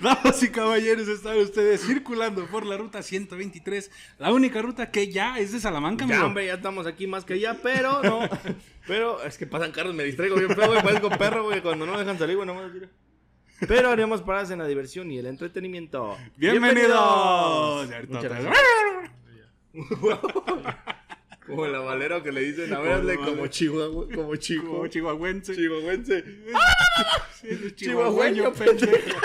Damas y caballeros, están ustedes circulando por la ruta 123, la única ruta que ya es de Salamanca, Ya, amigo. hombre, ya estamos aquí más que allá, pero no. Pero es que pasan carros, me distraigo bien feo, güey. Parezco perro, güey. Cuando no me dejan salir, güey, no me tiro. Pero haremos paradas en la diversión y el entretenimiento. Bienvenidos. Y ahorita Muchas otra vez. gracias. Como la valera que le dicen, a ver, Como hazle la como Valero. chihuahua, como chihuahua. Como chihuahuense. Chihuahuense. Sí, es Chihuahueño, pendejo.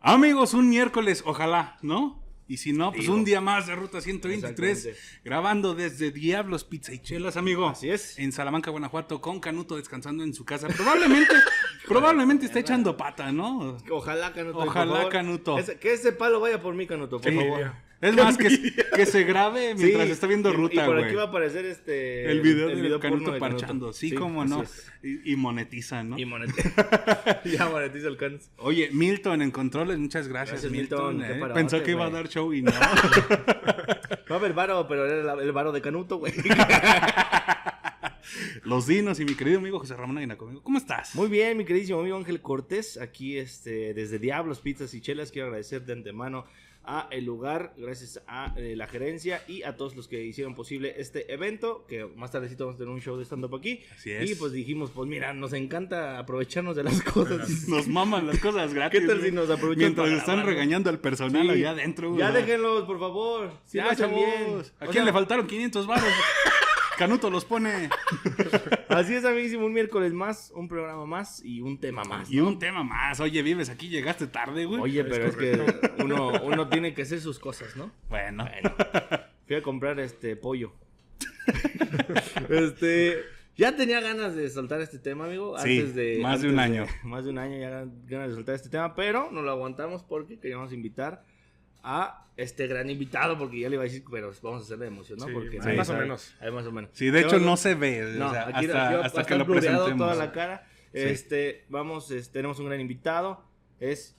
Amigos, un miércoles, ojalá, ¿no? Y si no, pues Digo. un día más de Ruta 123, Exactamente. grabando desde Diablos Pizza y Chelas, amigo. Así es. En Salamanca, Guanajuato, con Canuto descansando en su casa. Probablemente, probablemente está echando pata, ¿no? Ojalá, Canuto. por Ojalá, favor. Canuto. Ese- que ese palo vaya por mí, Canuto, por Sí. favor. Es más, que, que se grabe mientras Ah, Sí, está viendo y- Ruta, Y por güey. aquí va a aparecer este. El video el del porno Canuto de parchando, sí, cómo así no. es. Y, y monetiza, ¿no? Y monetiza. ya monetiza el Canuto. Oye, Milton en controles, muchas gracias, Gracias, Milton. Milton, qué ¿eh? parote, Pensó que iba a güey. dar show y no. Va a haber varo, pero era la- el varo de Canuto, güey. Los dinos y mi querido amigo José Ramón Aguina conmigo. ¿Cómo estás? Muy bien, mi queridísimo amigo Ángel Cortés, aquí este, desde Diablos, Pizzas y Chelas, quiero agradecer de antemano a el lugar, gracias a eh, la gerencia y a todos los que hicieron posible este evento, que más tardecito vamos a tener un show de stand-up aquí. Así es. Y pues dijimos, pues mira, nos encanta aprovecharnos de las cosas. Nos maman las cosas gratis. ¿Qué tal güey. si nos aprovechan Mientras para están grabar, güey? regañando al personal Sí. allá adentro, güey. Ya déjenlos, por favor. Sí, ya lo hacen hacen bien. bien. ¿A O quién sea, le faltaron 500 baros? Canuto los pone. Así es, amiguísimo, un miércoles más, un programa más y un tema más. Y un tema más. Oye, vives aquí, llegaste tarde, güey. Oye, pero es que uno, uno tiene que hacer sus cosas, ¿no? Bueno. Fui a comprar este pollo. este. Ya tenía ganas de soltar este tema, amigo. Sí, antes de, más de antes un año. más de un año ya gan- ganas de soltar este tema, pero no lo aguantamos porque queríamos invitar a este gran invitado, porque ya le iba a decir, pero vamos a hacerle emoción, ¿no? Sí, porque más nadie o sabe. menos. Ahí más o menos. Sí, de hecho Tenemos- no se ve. no, o sea, aquí aquí hasta, va a hasta que estar lo blureado presentemos. toda la cara. Sí. Este, vamos, es- tenemos un gran invitado. Es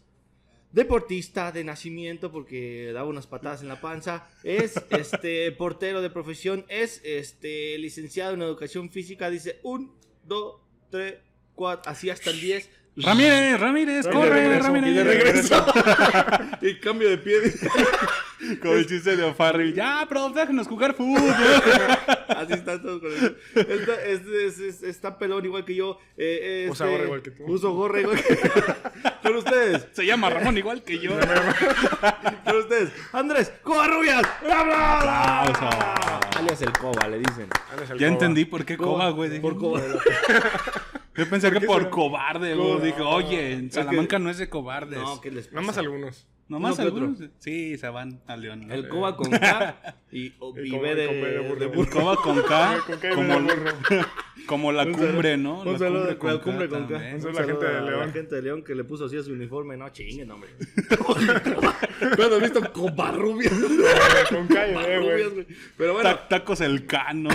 deportista de nacimiento porque daba unas patadas en la panza. Es este portero de profesión. Es este licenciado en educación física. Dice un, dos, tres, cuatro, así hasta el diez. Ramírez, Ramírez, Y de corre, regreso, Ramírez. y de regreso. Y cambio de pie. Con el chiste de O'Farrill. Ya, pero déjenos jugar fútbol. Así está todo con el- Está, es- es- es- está pelón igual que yo. eh, eh, Usa este, gorra igual que tú. Uso gorra igual que Con ustedes. Se llama Ramón igual que yo. Con ustedes. Andrés, Covarrubias. ¡Bla, bla, bla! Aplauso. Alias el Coba, le dicen. Ándale, Ya Alcoba. entendí pues. por qué coba, güey. dije. Por Coba. Yo pensé que qué por será? cobarde, güey. Coba. Dije, oye, en Es Salamanca no es de cobardes. No, ¿qué les pasa? Nada más algunos. Nomás uno que algunos. Sí, se van a León. ¿no? El Coba con K y, o- El y Coba- B el de, Coba de burro. de El burro. coba con K. Con K y Ah, como, medio burro. como la Un saludo- cumbre, ¿no? Un saludo la cumbre, con K. también. Un saludo a la gente de a La León. gente de León que le puso así a su uniforme. No, chinguen, hombre. ¿Cuándo has visto Cobarrubias? Con calle, eh, Cobarrubias, güey. güey. Pero bueno. Ta- tacos el cano.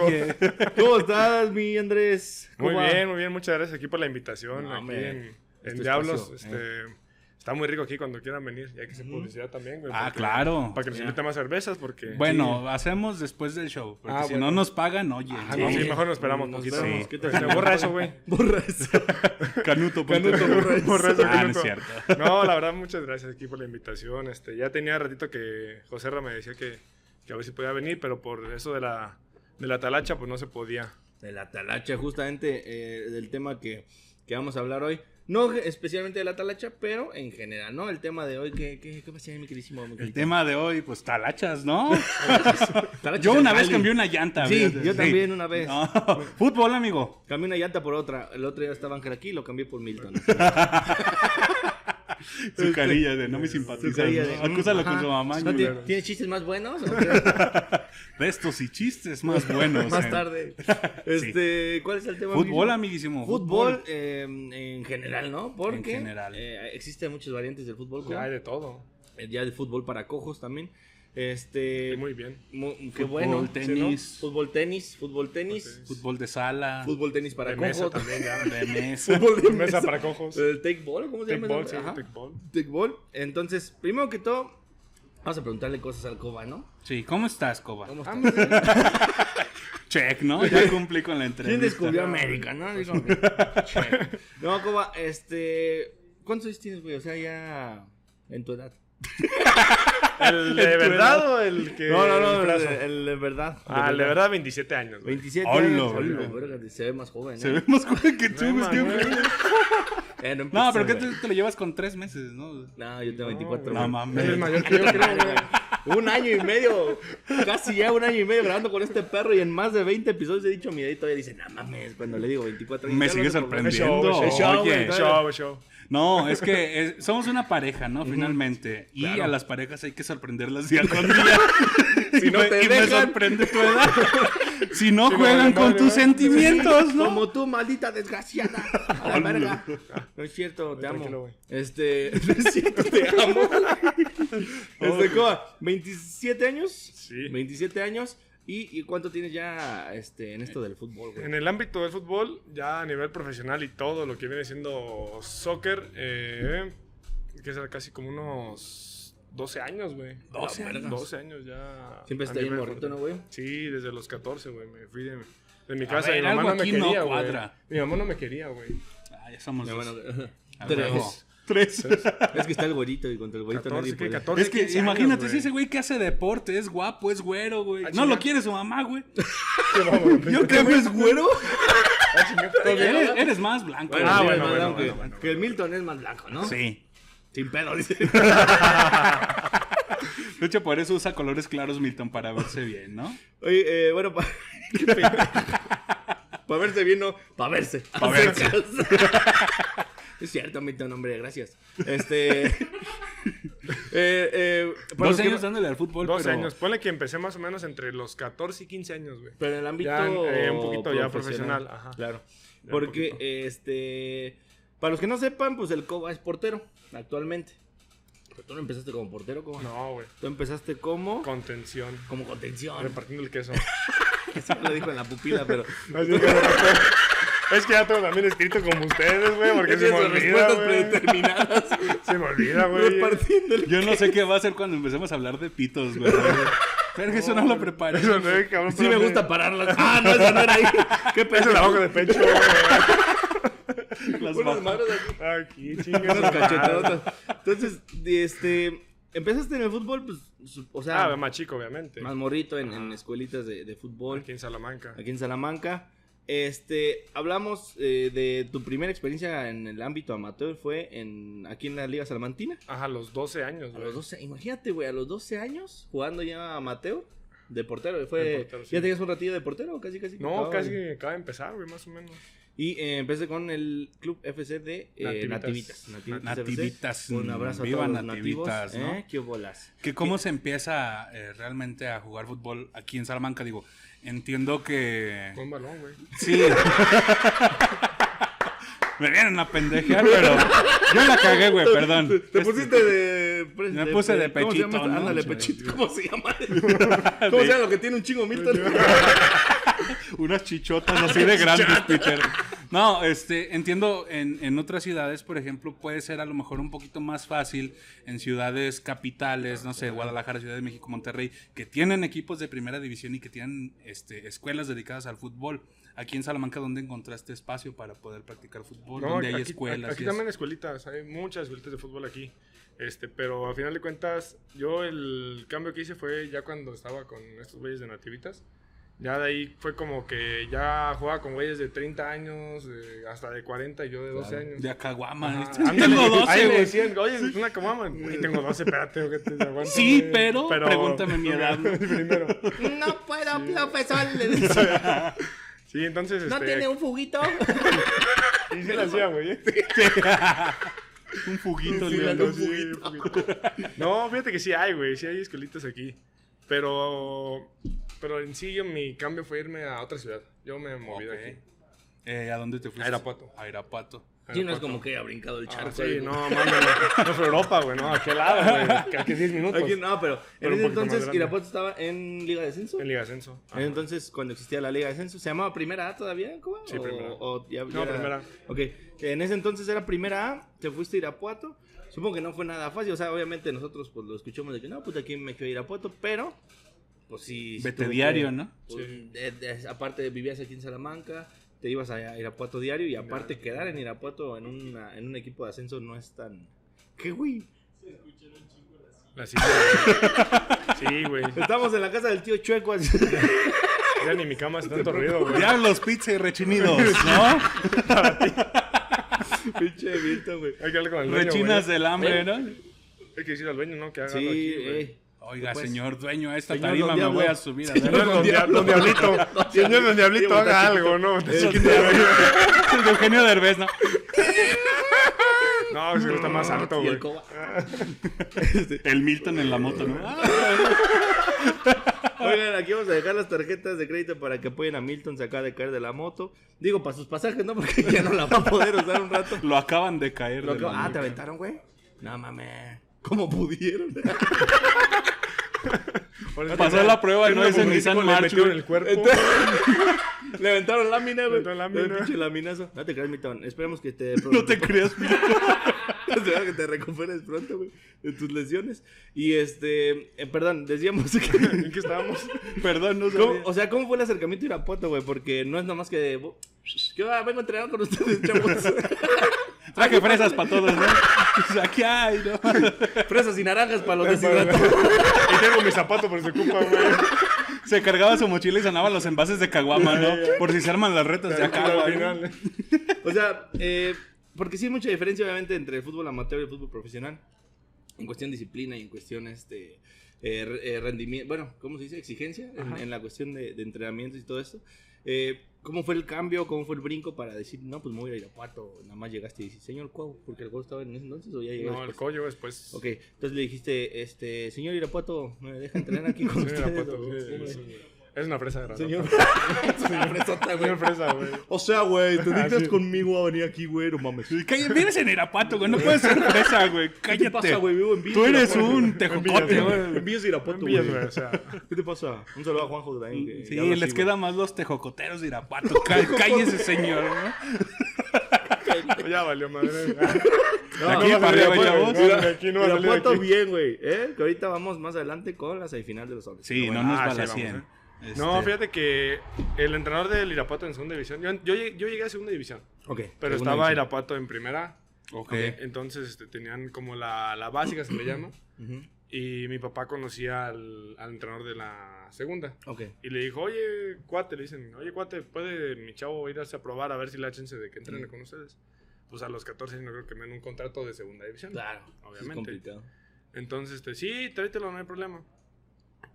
Oye. ¿Cómo estás, mi Andrés? Muy ¿Cómo va? bien, muy bien. Muchas gracias aquí por la invitación. No, aquí hombre. en, en Este Diablos. espacio, este, Está muy rico aquí cuando quieran venir. Ya que se publicidad también, güey. Ah, porque- claro. Para que nos Ya. inviten más cervezas porque... Bueno, hacemos después del show. Porque Ah, si bueno. no nos pagan, oye. Ah, no, sí, mejor nos esperamos Nos poquito. esperamos. Sí. ¿Qué te- Se borra eso, güey. Borra eso. Canuto, ponte. Canuto, borra eso. Borra eso, Ah, no es Canuto. cierto. No, la verdad, muchas gracias aquí por la invitación. Este, ya tenía ratito que José Ra me decía que, que a ver si podía venir, pero por eso de la, de la talacha, pues no se podía. De la talacha, justamente eh, del tema que, que vamos a hablar hoy. No ge- especialmente de la talacha, pero en general, ¿no? El tema de hoy, ¿qué, qué, qué pasó, mi queridísimo? mi El querido? tema de hoy, pues talachas, ¿no? Talacha Yo del una vez Cali. cambié una llanta. Sí, fíjate. yo también una vez. No, Fútbol, amigo. Cambié una llanta por otra. El otro día estaba Ángel aquí y lo cambié por Milton. Este, Su carilla de eh, no me Su simpatizas. carilla de, ¿no? Acúsalo "Mm, con su ajá". mamá. ¿No ñula. ti- ¿Tienes chistes más buenos? ¿O qué? De estos y chistes más buenos. más eh. tarde. Este, ¿Cuál es el tema? Fútbol, amiguísimo? amiguísimo. Fútbol eh, en general, ¿no? Porque general. eh, existen muchas variantes del fútbol. como Hay de todo. el día de fútbol para cojos también. Este, Muy bien. mu- qué Fútbol, bueno. ¿sí, tenis. no? Fútbol, tenis, fútbol, tenis, Fútbol, Fútbol de sala. fútbol, tenis para De mesa cojos. también, ya. de mesa. Fútbol de Eh, Mesa para cojos. El take ball, ¿cómo se Tech llama? ball, esa? sí, Ajá. tech ball. Take ball. Entonces, primero que todo, Vamos a preguntarle cosas al Coba, ¿no? Sí, ¿cómo estás, Coba? Ah, ¿Cómo está? Ándale. Check, ¿no? Ya cumplí con la entrevista. Pues ¿Quién descubrió América, no? Digo, che. no, Coba, este. ¿Cuántos años tienes, güey? O sea, ya. En tu edad. ¿El de verdad o el Eh, que.? No, no, no, el el, brazo? de- el de verdad. Ah, el de verdad, 27 años. güey. 27 Hola, años. hola. hola, verga, Se ve más joven, Se ¿eh? ve más joven que tú, No, güey, qué man, feo. Eh, No, no, empecé, pero ¿qué güey. te, te lo llevas con tres meses, no? No, yo tengo 24. No, güey. mames. Él es mayor que yo, creo, güey. Un año y medio, casi ya un año y medio grabando con este perro y en más de 20 episodios he dicho mi edad y todavía dice, no mames, cuando le digo 24 años. Me ya lo sigue hace por Es sorprendiendo. show, güey, es show, Oye. güey, es show, es show. No, es que es- somos una pareja, ¿no? Finalmente. Y Claro. a las parejas hay que sorprenderlas día con día. Si Y no me- te y me dejan. sorprende tu edad. Si no Si no, juegan vale con madre, tus ¿verdad? sentimientos, ¿no? Como tú, maldita desgraciada. A la verga. No es cierto, te Tranquilo, amo. güey. Este, no es cierto, te amo. Este, Coa, 27 años. Sí. 27 años. ¿Y, y cuánto tienes ya este, en esto del fútbol, güey? En el ámbito del fútbol, ya a nivel profesional y todo lo que viene siendo soccer, eh, que será casi como unos 12 años, güey. 12 Ah, años. 12 años ya. Siempre a está bien nivel morrito, ¿no, güey? Sí, desde los 14, güey. Me fui de, de mi A casa. ver, mi mamá algo no me aquí no quería, güey. cuadra. Mi mamá no me quería, güey. Ah, ya somos Ya, dos. bueno, A tres. huevo. Tres. Es que está el güerito y contra el güerito 14, nadie ¿qué? puede. 14, Es que 15 años, imagínate, si ese güey que hace deporte es guapo, es güero, güey. Ah, No lo chinga. quiere su mamá, güey. Qué bárbaro, güey. Yo creo que es güero. Ah, chinga, todo bien. Eres, eres más blanco. Bueno, Ah, sí, güey. bueno, es más bueno, blanco, bueno, que- bueno, Que el Milton es más blanco, ¿no? Sí. Sin pedo, dice. De hecho, por eso usa colores claros Milton para verse bien, ¿no? Oye, eh, bueno, para. para verse bien, no. Para verse. Pa' verse. es cierto, Milton, hombre, gracias. Este. eh, eh, para Dos los que años no- dándole al fútbol, 12 pero... años. Ponle que empecé más o menos entre los 14 y 15 años, güey. Pero en el ámbito. Ya, eh, un poquito ya profesional, ajá. Claro. un Porque, poquito. este. Para los que no sepan, pues el Coba es portero actualmente. Pero tú no empezaste como portero, Coba. No, güey. Tú empezaste como. Contención. Como contención. Repartiendo el queso. Que sí me lo dijo en la pupila, pero. No, sí, pero- es que ya tengo también escrito como ustedes, güey, porque Es se que me sus olvida, respuestas güey. predeterminadas. Se me olvida, güey. repartiendo el. Yo no sé qué va a hacer cuando empecemos a hablar de pitos, güey. Pero eso no lo preparé. Eso no es, cabrón. Sí me pero gusta pararlas. Ah, no, esa no era ahí. Qué Esa pedo. es la boca de pecho, güey. Las Unas bajas. madres aquí, Aquí, chingas. unas Ah, cachetadotas. Entonces, este. Empezaste en el fútbol, pues. su- O sea, Ah, más chico, obviamente. más morrito en, en escuelitas de, de fútbol Aquí en Salamanca. aquí en Salamanca. Este, hablamos eh, de tu primera experiencia en el ámbito amateur fue en aquí en la Liga Salamantina. Ajá, a los 12 años, A güey. los 12, imagínate, güey, a los 12 años jugando ya amateur de portero. Fue, De portero, sí. ¿Ya tenías un ratillo de portero? Casi, casi. No, Ay. casi que acaba de empezar, güey, más o menos. Y eh, empecé con el club FC de eh, Nativitas. Nativitas. FC. Nativitas, Un abrazo viva a todos Nativitas, los nativos. ¿eh? ¿no? Qué bolas. Que cómo se empieza eh, realmente a jugar fútbol aquí en Salamanca, digo, entiendo que... Con balón, güey. Sí. Me vienen a pendejear, pero yo la cagué, güey, perdón. Te, te pusiste de. Me puse de ¿cómo se pechito, llama? ¿no? Ándale, Sí. pechito. ¿Cómo se llama? ¿Cómo se llama lo que tiene un chingo Milton? Unas chichotas así de grandes, Peter. No, este, entiendo, en, en otras ciudades, por ejemplo, puede ser a lo mejor un poquito más fácil en ciudades capitales, no sé, Guadalajara, Ciudad de México, Monterrey, que tienen equipos de primera división y que tienen este, escuelas dedicadas al fútbol. Aquí en Salamanca, ¿dónde encontraste espacio para poder practicar fútbol? No, ¿Dónde aquí, hay escuelas? aquí y también eso? escuelitas, hay muchas escuelitas de fútbol aquí. Este, pero a final de cuentas, yo el cambio que hice fue ya cuando estaba con estos güeyes de nativitas. Ya de ahí fue como que ya jugaba con güeyes de 30 años, eh, hasta de 40 y yo de 12 años. De Acaguama. Ah, este, Tengo ándale. 12, Ahí me güey. decían, oye, es una caguama. Güey, tengo 12, espérate, que te aguanto, Sí, güey. pero pregúntame mi edad. primero. No puedo, profesor. le decía. Sí, entonces. ¿No este, tiene un fuguito? y sí la hacía, güey. ¿eh? Un fuguito, Sí, Leandro. un poquito. No, fíjate que sí hay, güey. Sí hay escuelitas aquí. Pero, pero en sí yo, mi cambio fue irme a otra ciudad. Yo me moví de aquí. Eh, ¿A dónde te fuiste? Airapuato. A Irapuato. Sí, no es como que haya brincado el charco. Ah, sí, ahí, no, mames. No no fue Europa, güey. No, a qué lado, güey. Que Aquí 10 minutos. Aquí no, pero, en Pero un ese poquito más entonces grande. Irapuato estaba en Liga de Ascenso. En Liga Ascenso. Ah. Entonces, cuando existía la Liga de Ascenso, ¿se llamaba Primera A todavía? ¿Cómo? Sí, ¿O- Primera A. o ya- ya No, era- Primera A. Ok. En ese entonces era Primera A, te fuiste a Irapuato. Supongo que no fue nada fácil. O sea, obviamente nosotros pues lo escuchamos de que no, pues aquí me quiero ir a Puerto, pero pues sí. sí Vete tuvo diario, ¿no? pues, Sí. de- de- aparte vivías aquí en Salamanca, te ibas a Irapuato diario y aparte quedar en Irapuato en, una- en un equipo de ascenso no es tan... ¿Qué, güey? La silla, güey. Sí, güey. Estamos en la casa del tío Chueco. así. Ya ni mi cama hace tanto ruido, güey. Diablos, pizza y rechinidos, ¿no? Pinche Vito, güey. Hay que hablar con el dueño, Rechinas güey. del hambre, ¿no? Hay que decir al dueño, ¿no? Que haga Sí, algo aquí, güey. eh. Oiga, Pues, señor dueño, a esta señor tarima don me Diablo. voy a subir. a ver. Señor Don, Dia- Don Diablito, señor Don Diablito, haga algo, ¿no? El de Eugenio Derbez, ¿no? No, se está más alto, Y güey. el coba. Este, El Milton en la moto, ¿no? Ah, Oigan, aquí vamos a dejar las tarjetas de crédito para que apoyen a Milton, se acaba de caer de la moto. Digo, para sus pasajes, ¿no? Porque ya no la va a poder usar un rato. Lo acaban de caer. Lo de acabo- la ah, ¿te nuca. aventaron, güey? No mames. ¿Cómo pudieron? Pasó la prueba y no es en Nissan Le March, metió en güey. el cuerpo. Le aventaron lámina, güey. Le aventó lámina. El pinche laminazo. No te creas, Milton. Esperemos que te. No te creas, Milton. Esperemos que te recuperes pronto, güey. De tus lesiones. Y este. eh, perdón, decíamos que. ¿En qué estábamos? Perdón, no ¿Cómo- sabía. o sea, ¿cómo fue el acercamiento a Irapuato, güey? Porque no es nomás que. bo- ¿Qué va? Vengo a entrenar con ustedes, chavos. Traje fresas para todos, ¿no? Pues Aquí hay, ¿no? Fresas y naranjas para los deshidratados. Y tengo mi zapato por su culpa, güey. Se cargaba su mochila y sanaba los envases de caguama, ¿no? Por si se arman las retas de Al acá, güey. final. O sea, eh, porque sí hay mucha diferencia, obviamente, entre el fútbol amateur y el fútbol profesional. En cuestión de disciplina y en cuestión este eh, re- eh, rendimiento. Bueno, ¿cómo se dice? Exigencia en, Ajá. en la cuestión de, de entrenamientos y todo esto. Eh, ¿Cómo fue el cambio? ¿Cómo fue el brinco para decir, no, pues me voy a ir a Irapuato? Nada más llegaste y dices, señor Cuau, porque el Cuau estaba en ese entonces o ya llegó No, el pues, después? collo después. Ok, entonces le dijiste, este, señor Irapuato, ¿me deja entrenar aquí con Señor ustedes? Irapuato, o- sí, o- sí. Es una fresa grande. Señor, señor Fresota, güey. Señor fresa, güey. O sea, güey, te Ah, dices sí. conmigo a venir aquí, güey, no mames. Y cállate, Vienes en Irapuato, güey. No puedes ser fresa, güey. Cállate. ¿Qué te pasa, güey? Vivo en Villas. Tú eres Irapuato. un tejocote, Envidia, güey. En Villas de Irapuato, Envías, güey. güey, o sea. ¿Qué te pasa? Un saludo a Juanjo también. que- que Sí, habla así, les güey. queda más los tejocoteros de Irapuato. Cá- Cállese, señor, ¿no? Ya valió madre. Ah. No, aquí no, para arriba, Irapuato, chavos. Ira- De aquí no va a salir de Irapuato aquí. bien, güey. ¿Eh? Que ahorita vamos más adelante con la semifinal de los hombres. Sí, no bueno, nos ah, sí, balacien. vamos, No, Este, fíjate que el entrenador del Irapuato en segunda división. Yo, yo, llegué- yo llegué a segunda división, Ok. pero segunda estaba división. Irapuato en primera. Ok. Entonces este, tenían como la, la básica, se le llama. Ujú. Y mi papá conocía al, al entrenador de la segunda. Ok. Y le dijo, oye, cuate, le dicen, oye, cuate, ¿puede mi chavo irse a probar a ver si la chance de que entrene con ustedes? Pues a los 14 no creo que me den un contrato de segunda división. Claro. Es Obviamente. complicado. Entonces, este, sí, tráetelo, no hay problema.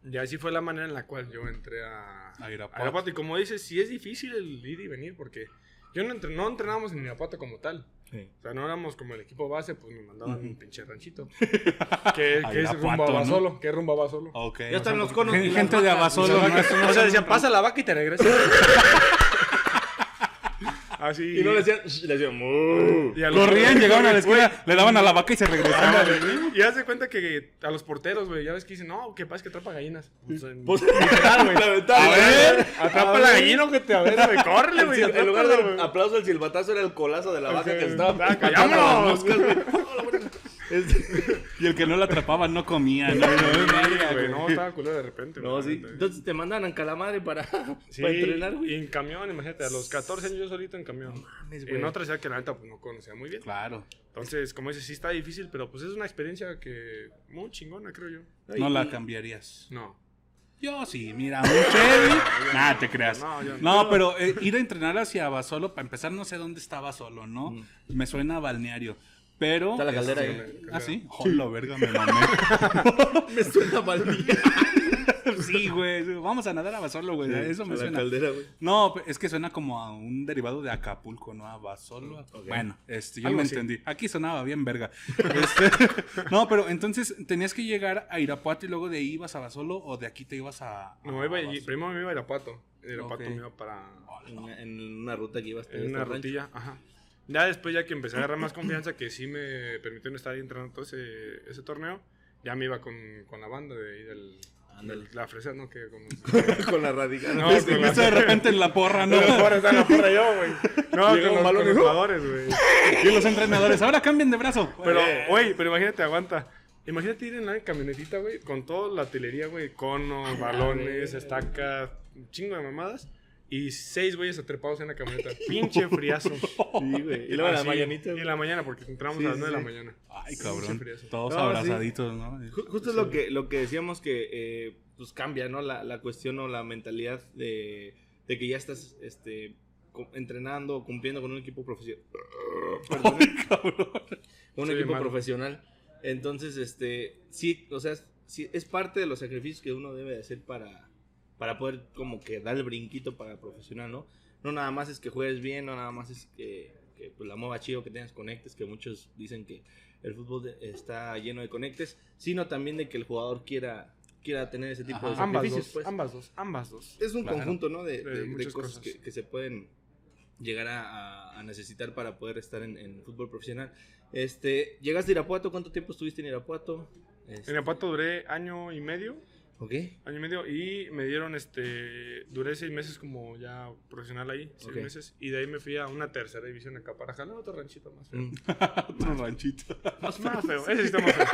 Y así fue la manera en la cual yo entré a, A Irapuato. a Y como dices, sí es difícil el ir y venir porque yo no, entre- no entrenábamos en Irapuato como tal. Sí. O sea, no éramos como el equipo base, pues nos mandaban Ujú. un pinche ranchito. que A que es Irapuato, rumba va ¿no? Oh. solo, que rumba va solo. Ok. Ya están los conos. y Gen- las Gente de vacas, güey. Abasolo, ¿no? Eso no O sea, es- decían, pasa la vaca y te regresas. Así. Y no le decían, "Shh", le decían, "Mu". y a los- Corrían, llegaban a la Güey, esquina, le daban a la vaca y se regresaban. Ándale. Y haz de cuenta que a los porteros, güey, ya ves que dicen, no, que pasa que atrapa gallinas. Pues, en- Pues, literal, güey. A A ver, a atrapa ver. la gallina, que te a ver, güey, córrele, El güey. sil- En lugar atrápala, del güey. aplauso, el silbatazo era el colazo de la vaca Ok. que estaba. Ah, matando ¡cállate! las moscas, güey. Hola, buenas. Este- Y el que no la atrapaba no comía. No, no, no, Sí, no, güey, no. no, estaba culo de repente. No, güey, sí. la neta. Entonces te mandan a Calamadre para, Sí, para entrenar, Y güey. en camión, imagínate, a los 14 años yo solito en camión. mames, güey. en otra ciudad que la neta pues, no conocía muy bien. Claro. Entonces, como dices, sí está difícil, pero pues es una experiencia que muy chingona, creo yo. No Y- la cambiarías. No. Yo sí, mira, un Chevy. Nada, te creas. No, yo No, pero eh, ir a entrenar hacia Basolo, para empezar, no sé dónde está Basolo, ¿no? Mm. Me suena a balneario. Pero. Está la caldera este, ahí. Ah, sí. Hola, verga, me mamé. Me suena mal día. sí, güey. Vamos a nadar a Basolo, güey. Eso me A la suena. caldera, güey. No, pe- es que suena como a un derivado de Acapulco, ¿no? A Basolo. Bueno, este, yo Algo me así. entendí. Aquí sonaba bien verga. Este, no, pero entonces tenías que llegar a Irapuato y luego de ahí ibas a Basolo o de aquí te ibas a. No, Ah, a iba, y, Basolo? primero me iba a Irapuato. De Irapuato Ok. me iba para... En una, en una ruta que ibas En una rutilla, ajá. Ya después, ya que empecé a agarrar más confianza, que sí me permitieron estar ahí entrenando todo ese, ese torneo, ya me iba con, con la banda de ahí del, Ándale. La fresa no que como. con la radical. No, Pues, con la- eso de repente en la porra, ¿no? No, la porra, está la porra yo, güey. No, Llega un con los, balón con y- los jugadores, güey. Y los entrenadores, ahora cambien de brazo. Pero, Eh, güey, pero imagínate, aguanta. Imagínate ir en la camionetita, güey, con toda la telería, güey, conos, balones, estacas, un chingo de mamadas. Y seis güeyes atrepados en la camioneta. Pinche friazo. Sí, güey. Y luego la Así, mañanita. Y en la mañana, porque entramos Sí, a las sí, nueve de sí. la mañana. Ay, Pinche cabrón. friazo. Todos No, sí. abrazaditos, ¿no? Ju- Justo es lo que, lo que decíamos que eh, pues cambia, ¿no? La, la cuestión o la mentalidad de, de que ya estás este, cu- entrenando o cumpliendo con un equipo profesional. un Soy equipo malo. profesional. Entonces, este, sí, o sea, sí, es parte de los sacrificios que uno debe de hacer para, para poder como que dar el brinquito para profesional, ¿no? No nada más es que juegues bien, no nada más es que, que, pues, la mueva chido, que tengas conectes, que muchos dicen que el fútbol de- está lleno de conectes, sino también de que el jugador quiera, quiera tener ese tipo Ajá. de Ambas sacrificios. dos, pues. ambas dos, ambas dos. Es un Claro. conjunto, ¿no? De, De de- de muchas cosas, cosas. Que, que se pueden llegar a, a- a necesitar para poder estar en, en fútbol profesional. Este, llegaste a Irapuato, ¿cuánto tiempo estuviste en Irapuato? Este, En Apato duré año y medio, Ok. año y medio, y me dieron, este, duré seis meses como ya profesional ahí, seis Ok. meses, y de ahí me fui a una tercera división acá para jalar otro ranchito más feo. Mm. Otro ranchito. Más, más feo, ese sí está más feo.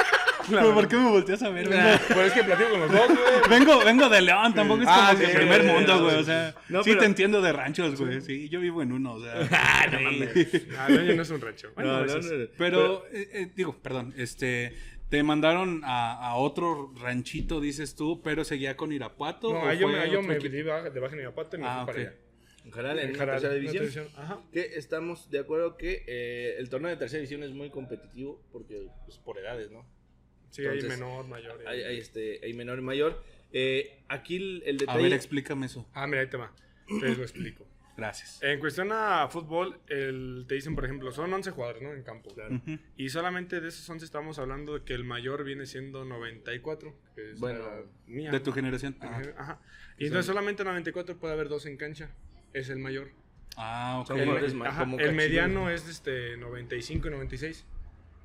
Pero La ¿por verdad. qué me volteas a ver? Nah. Vengo, Pues es que platico con los dos, güey. vengo, vengo de León, tampoco es como Ah, que sí, el primer sí, mundo, sí, güey. sí, O sea, No, sí pero- te entiendo de ranchos, güey. Sí, yo vivo en uno, o sea. no mames. Ah, León ya no es un rancho. Bueno, No, a no, veces. no, no. Pero, eh, eh, digo, perdón, este, te mandaron a, a otro ranchito, dices tú, pero seguía con Irapuato. No, ¿o ahí yo, fue me- ahí yo otro me equipo? di baja- de baja en Irapuato y me Ah, fui ok. para allá. Ojalá en la Jalar, tercera una división. televisión, Ajá. Que estamos de acuerdo que eh, el torneo de tercera división es muy competitivo porque, pues, por edades, ¿no? Sí, ahí Entonces, menor, mayor. y- Hay, hay, este, hay menor y mayor. Eh, aquí el, el A detalle... ver, explícame eso. Ah, mira, ahí te va. Te lo explico. Gracias. En cuestión a fútbol, el- te dicen, por ejemplo, son 11 jugadores, ¿no? En campo. Ujú. Y solamente de esos 11 estamos hablando de que el mayor viene siendo 94. Que es Bueno, la mía. De tu generación. Ajá. Ajá. Y entonces solamente 94 puede haber dos en cancha. Es el mayor. Ah, ok. Son El, jugadores más ajá, como el cachín. mediano es este 95 y 96.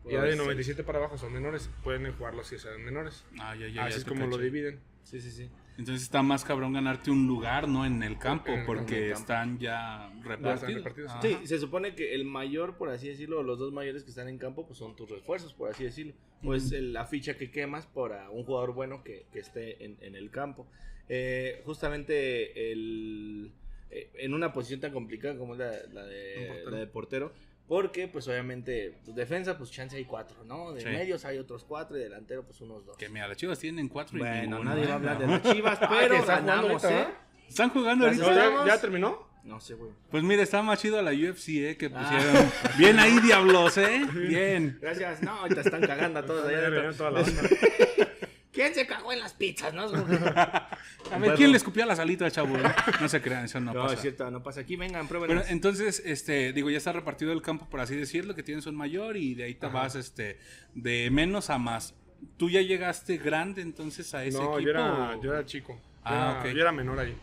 Ya de Jugadores, 97 para abajo son menores. Pueden jugarlos si sean menores. Ah, ya, ya, ya Así es te como lo caché. dividen. Sí, sí, sí. Entonces está más cabrón ganarte un lugar, ¿no? En el campo, En el porque campo. están ya Ya están repartidos. repartidos. Ah. Sí, se supone que el mayor, por así decirlo, o los dos mayores que están en campo, pues son tus refuerzos, por así decirlo. O es Ujú. el- la ficha que quemas para un jugador bueno que, que esté en, en el campo. Eh, justamente el, eh, en una posición tan complicada como es la, la Un de, portero. la de portero, porque pues obviamente pues, defensa, pues chance hay cuatro, ¿no? De Sí. medios hay otros cuatro y delantero, pues unos dos. Que mira, las chivas tienen cuatro y Bueno, ninguno, nadie va a ¿eh? hablar de No. las chivas, que pero está jugando ganamos, ahorita, ¿eh? ¿Están jugando Gracias. ahorita? No, ¿Ya, Estamos- ya terminó? No sé, güey. Pues mira, está más chido la UFC, ¿eh? Que Ah. pusieron. Bien ahí, diablos, ¿eh? Bien. Gracias. No, ahorita están cagando a todos allá Ya adentro. terminó toda la onda. ¿Quién se cagó en las pizzas? No, A ver, ¿quién le escupió las alitas, chavo? eh? No se crean, eso no, no pasa. es cierto, no pasa aquí. Vengan, Pero pruébenlas. eh, entonces, este, digo, ya está repartido el campo, por así decirlo, que tienes un mayor y de ahí te vas, este, de menos a más. ¿Tú ya llegaste grande entonces a ese No, equipo? yo era, o- yo era chico. Ah, Yo era- ok. Yo era menor ahí.